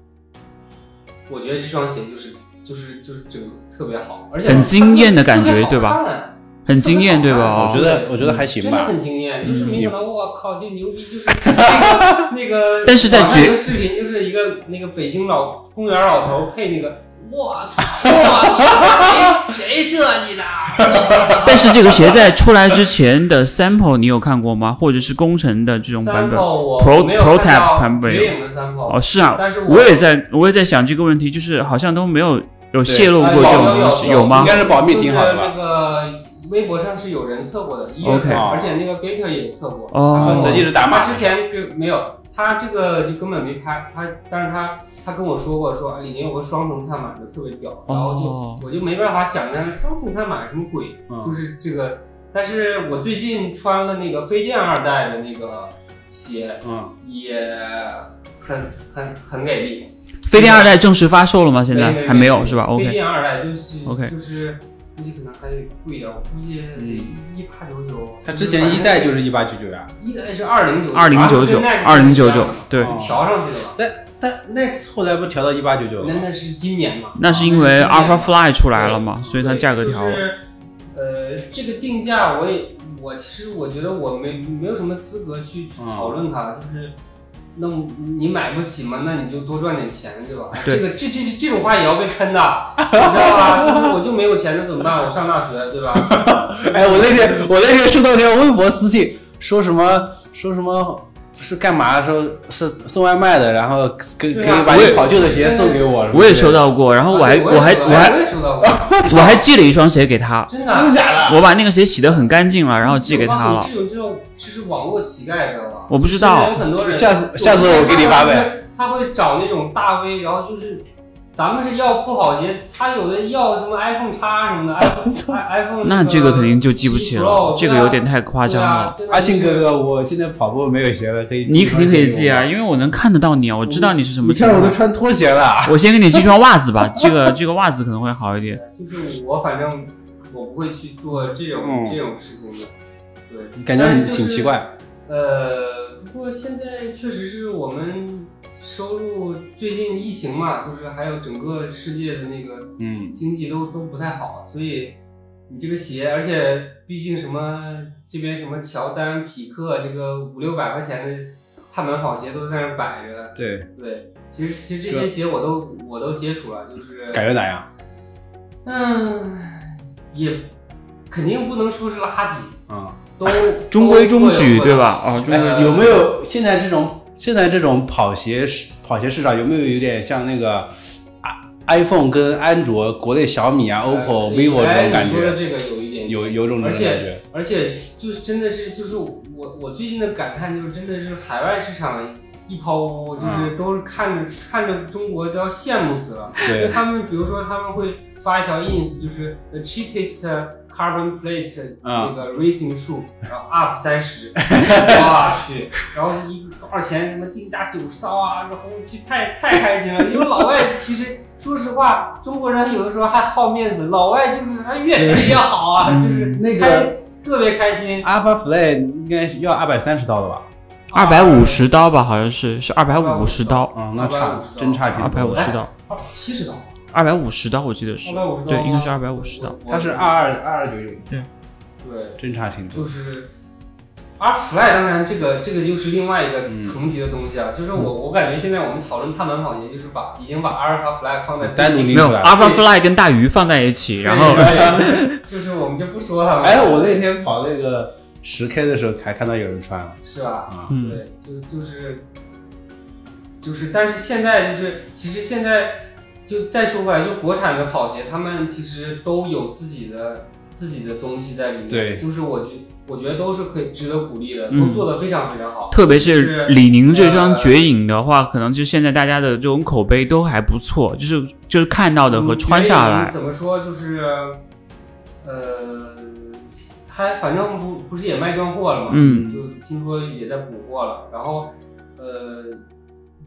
我觉得这双鞋就是就是就是整个特别好，而且很它惊艳的感觉特别好对吧看？很惊艳，对吧？哦我觉得我觉得还行真的吧。很惊艳，就是嗯没想到我靠，这牛逼就 (laughs) 是那个那个，但是在网上有绝个视频就是一个那个北京老公园老头配那个，我操，我操，谁谁设计的？但是这个鞋在出来之前的 sample 你有看过吗？或者是工程的这种版本？ sample 我 Pro- 没有 Pro 看 Tab 到版本绝影的 sample，哦，是啊，但是我也在，我也在想这个问题，就是好像都没有有泄露过哎这种有有东西，有有吗应？该是保密挺好的就是吧？那个微博上是有人测过的，一月 OK 份而且那个 Gator 也测过。哦他跟那我这就是打码他之前跟没有，他这个就根本没拍，他但是他他跟我说过，说啊李宁有个双层碳板的特别屌，然后就、哦我就没办法想象双层碳板什么鬼，嗯就是这个。但是我最近穿了那个飞剑二代的那个鞋，嗯，也很很很给力。飞电二代正式发售了吗？现没在没还没有是吧哦飞？OK，电二代就是 OK 就是估计可能还得贵一点，我估计一八九九。它嗯之前一代就是一八九九呀，一代是二零九二零啊九九，二零九九，对，调上去的吧？但 Next 后来不调到一八九九那那是今年嘛？啊那是因为哦 AlphaFly 出来了嘛，所以它价格调就了。是呃，这个定价我也我其实我觉得我没没有什么资格嗯去去讨论它，就是。那我你买不起嘛？那你就多赚点钱，对吧？对这个这这这种话也要被坑的，你知道吧？就是我就没有钱，那怎么办？我上大学，对吧？哎，我那天我那天收到条微博私信，说什么说什么是干嘛？说是送外卖的，然后给对给啊你把我你也跑旧的鞋送给我。我也收到过，然后 (laughs) 我还啊对我还也收到我还我也收到过， (laughs) 我还寄了一双鞋给他，真真的的。假的？我把那个鞋洗得很干净了，然后寄给他我告了诉。你这种这种就是网络乞丐，知道吧？我不知道现在有很多人。下次下次我给你发呗。他会找那种大 V，然后就是，咱们是要破跑鞋，他有的要什么 iPhone 叉什么的 (laughs)，iPhone iPhone 呃那这个肯定就记不起了，这个有点太夸张了。。啊对啊对啊阿信哥哥，我现在跑步没有鞋了，可以你肯定可以寄记双啊，鞋因为我能看得到你啊，我知道你是什给我。么啊你情看我况都。穿拖鞋了，我先给你寄双袜子吧，这个这个袜子可能会好一点。就是我反正我不会去做这种、嗯这种事情的，对。感觉但很是就是挺奇怪。呃，不过现在确实是我们收入最近疫情嘛，就是还有整个世界的那个嗯，经济都都不太好，所以你这个鞋，而且毕竟什么这边什么乔丹、匹克这个五六百块钱的碳板跑鞋都在那儿摆着，对，对，其实其实这些鞋我都我都接触了，就是感觉咋样？嗯，也肯定不能说是垃圾，啊、都中规中矩，都各有各的对吧？哦，中规呃有没有现在这种现在这种跑鞋市跑鞋市场有没有有点像那个啊 iPhone 跟安卓国内小米啊、OPPO、vivo 这哎种感你说的觉？这个有一点有有种这而种感且觉。而且就是真的是就是我我最近的感叹就是真的是海外市场一抛物，啊就是都是看着、看着中国都要羡慕死了。因为对，他们比如说他们会发一条 ins，就是 the cheapest carbon plate 啊那个 racing shoe，然后 up 三十，哇去，然后一多少钱？什么定价九十刀啊？然后我去太太开心了，因为老外其实说实话，中国人有的时候还好面子，老外就是他越便宜越好啊，就是那开个特别开心。 AlphaFly 应该是要二百三十刀的吧？二百五十刀吧，好像是是二百五十刀，嗯，那250差刀真差挺二百多五的。哎十刀，二百七十刀，二百五十刀，我记得是二。百五十刀吗，对应该是250刀我它是二二二二九九，对。真差挺多就。是 R Fly，当然这个这个又是另外一个嗯层级的东西啊。就是我我感觉现在我们讨论碳板跑鞋，就是把已经把 Alpha Fly 放在单独对立拎没有出来。 ，AlphaFly 跟大鱼放在一起，然后对就是我们就不说它了。哎，我那天跑那个十 K 的时候，还看到有人穿了是吧？啊。嗯，对，就就是就是，但是现在就是其实现在就再说回来，就国产的跑鞋，他们其实都有自己的自己的东西在里面。对就是我觉我觉得都是可以值得鼓励的，嗯都做得非常非常好。特别是李宁这双呃绝影的话，可能就现在大家的这种口碑都还不错，就是就是看到的和嗯穿下来，怎么说就是，呃，他反正不不是也卖断货了嘛，嗯就听说也在补货了。然后，呃，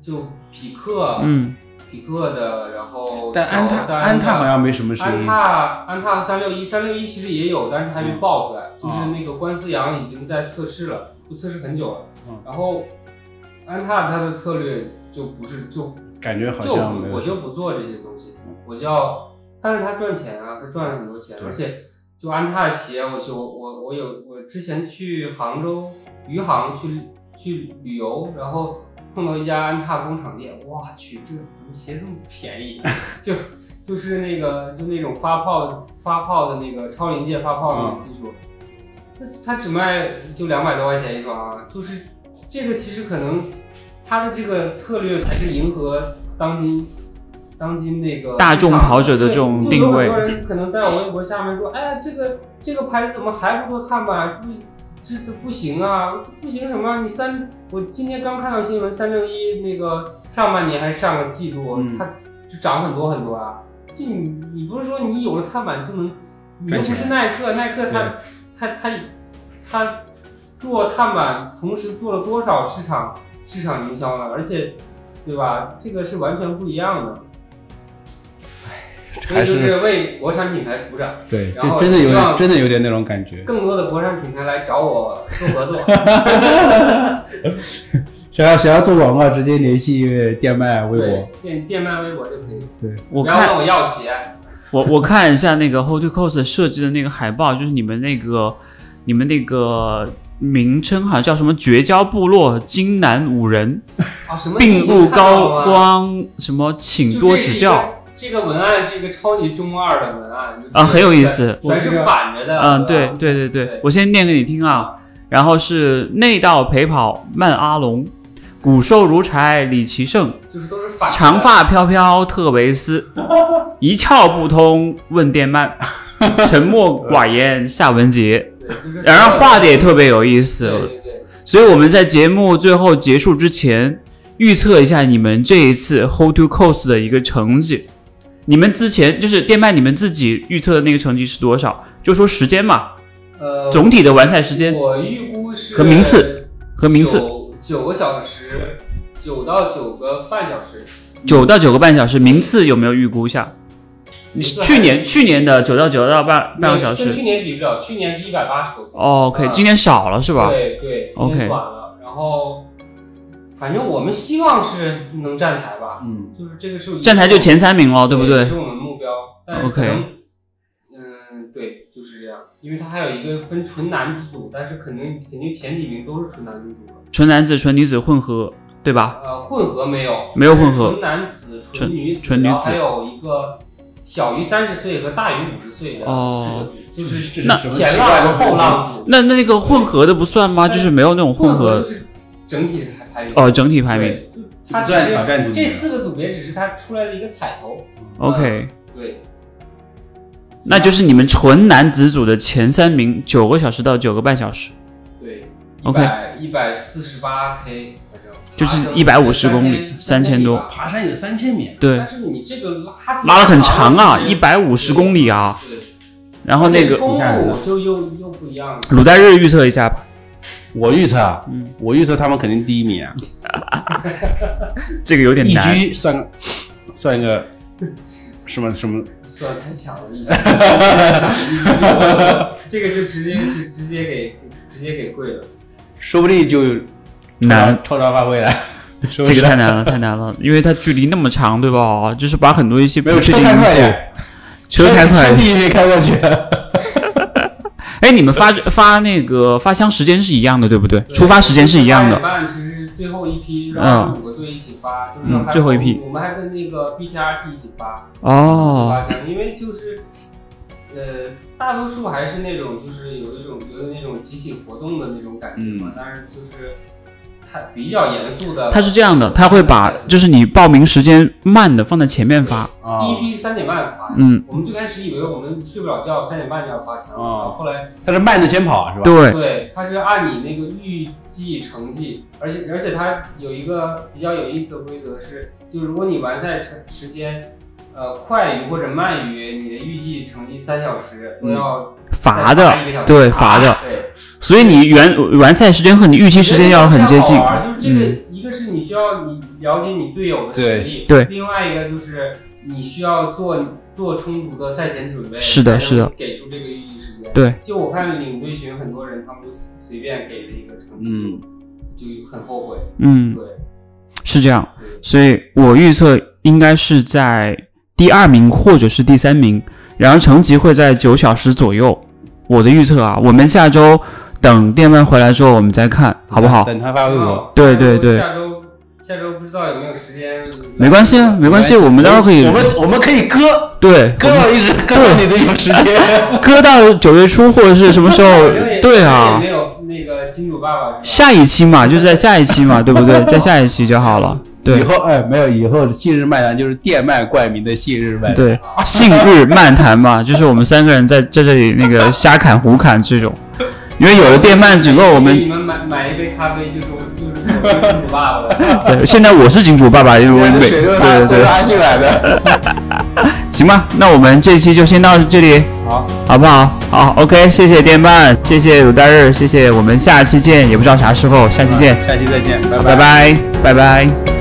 就匹克，，嗯，匹克的，然后但安踏小丹安踏好的像没什么声安音。踏安踏三六一三六一其实也有，但是还没嗯爆出来，就是哦那个关思阳已经在测试了，就测试很久了。嗯然后，安踏它的策略就不是就感觉好就像没不有。嗯我就不做这些东西，我就要，但是他赚钱啊，他赚了很多钱，对而且就安踏鞋，我就我我有我之前去杭州余杭去去旅游，然后碰到一家安踏工厂店，哇去，这怎么鞋这么 (laughs) 便宜？就就是那个就那种发泡发泡的那个超临界发泡那个技术，那它只卖就两百多块钱一双啊，就是这个其实可能它的这个策略才是迎合当今当今那个大众市场跑者的这种对定位就有很多人可能在我微博下面说，哎呀，这个这个牌子怎么还不做碳板？不这这不行啊！不行什么？你三，我今天刚看到新闻，三六一那个上半年还是上个季度，嗯它就涨很多很多啊！就你你不是说你有了碳板就能，你又赚不钱是耐克，耐克它它它它做碳板，同时做了多少市场市场营销呢？而且对吧？这个是完全不一样的。所还以就是是为国产品牌鼓掌，对，然后就真的有希望点真的有点那种感觉。更多的国产品牌来找我做 (laughs) 合作。想要想要做广告，直接联系店麦、微对博。，店店卖微博就可以，我不要看问我要鞋。我我看一下那个 Hold to Coast 设计的那个海报，就是你们那个你们那个名称好像叫什么绝交部落金南五人，啊，什么并入高光，光，什么请就多这是指一教。个。这个文案是一个超级中二的文案啊很有意思全是反着的。嗯，对吧对对对对，我先念给你听啊。然后是内道陪跑慢阿龙，骨瘦如柴李奇胜，就是都是反着的长发飘飘特维斯，一窍不通问电鳗，沉默寡言夏文杰。对，就是然后画的也特别有意对思，对对，所以我们在节目最后结束之前，预测一下你们这一次 Hold to Coast 的一个成绩。你们之前就是电鳗，你们自己预测的那个成绩是多少？就说时间嘛，呃，总体的完赛时间。我预估是和名次和名次九九个小时，九到九个半小时。九到九个半小时，名次有没有预估一下？你名次去年去年的九到九到半半个没有小跟时去年比不了，去年是一百八十多个。哦，OK，嗯今年少了是吧？对对 OK 今天晚了，然后反正我们希望是能站台吧，嗯，就是这个是站台就前三名了，对不对？对是？我们目标，但是 OK 可能嗯，对，就是这样，因为它还有一个分纯男子组，但是肯定肯定前几名都是纯男子组的，纯男子、纯女子混合，对吧？呃，混合没有，没有混合纯男子、纯女子，纯女子然后还有一个。小于三十岁和大于五十岁的四个哦组，就是那前浪和后浪组，那那那个混合的不算吗？就是没有那种混合合就是整体的排排名哦，整体排名。对，就它不只算挑战是组这四个组别只是它出来的一个彩头。 OK，对，那就是你们纯男子组的前三名，九个小时到九个半小时，对，一 OK 百一百四十八 K，反正就是爬升150公里三3000多吧爬山有三千米，啊对但，是你这个拉拉的很长啊，一一百五十公里啊。对，然后那而且是个公吓人了路就又又不一样了。鲁代日预测一下吧。我预测啊嗯，我预测他们肯定第一名啊，这个有点一难。局算个算个什么什么，算太强了，一直一直 (laughs) 这个就直接直直接给直接给跪了。说不定就难，超常发挥 (laughs) 了，是不这是个？太难了，太难了，因为它距离那么长，对吧？就是把很多一些没不有确车定开因快素，点，车开快车。第一名开过去，哎，你们发发那个发箱时间是一样的，对不对？出发时间是一样的。八点半其实最后一批，然后是五个队一起发，就是还嗯最后一批我们还跟那个 BTRT 一起发哦，一起发这样因为就是呃，大多数还是那种就是有一种有的那种集体活动的那种感觉嘛，但是就是它比较严肃的。嗯它是这样的，它会把就是你报名时间慢的放在前面发。啊第哦一批三点半发，嗯，我们最开始以为我们睡不了觉，三点半就要发枪，然后后来他是慢的先跑是吧？对，对，它是按你那个预计成绩，而且而且它有一个比较有意思的规则是，就如果你完赛成时间，呃，快于或者慢于你的预计成绩三小时，都要嗯罚再的，一个小时啊对罚的。对，所以你原完赛时间和你预期时间要很接近我觉得这个非常。好玩就是这个，一个是你需要你了解你队友的实力，对对另外一个就是你需要做做充足的赛前准备，是的才能是的给出这个预计时间。对，就我看领队群很多人，他们就随便给了一个成绩，嗯就很后悔。对嗯，对是这样。所以我预测应该是在第二名或者是第三名，然后成绩会在九小时左右。我的预测啊，我们下周等电鳗回来之后，我们再看好不好？等他发微博，对对对下周下周不知道有没有时间？没关系啊，没关系，我们到时候可以我们我们可以割对割到一直割到你的有时间，搁到九月初或者是什么时候反正 (laughs) 也，对也啊没，有那个金主爸爸是吧？下一期嘛，就在下一 (laughs) 期嘛，对不对？在下一期就好了。以 (laughs) 对后哎没有以后信日漫谈就是电麦冠名的信日漫谈，对，信日漫谈嘛，就是我们三个人在在这里那个瞎砍胡砍这种，因为有了电鳗之后，我们你们买买一杯咖啡就是就是我金主爸爸了。对，现在我是金主爸爸，因为我每水都是他对都对是对，阿信来的。行吧，那我们这一期就先到这里，好，好不好？好，OK，谢谢电鳗，谢谢鲁大日，谢谢，我们下期见，也不知道啥时候，下期见，下期再见，拜拜拜，拜拜。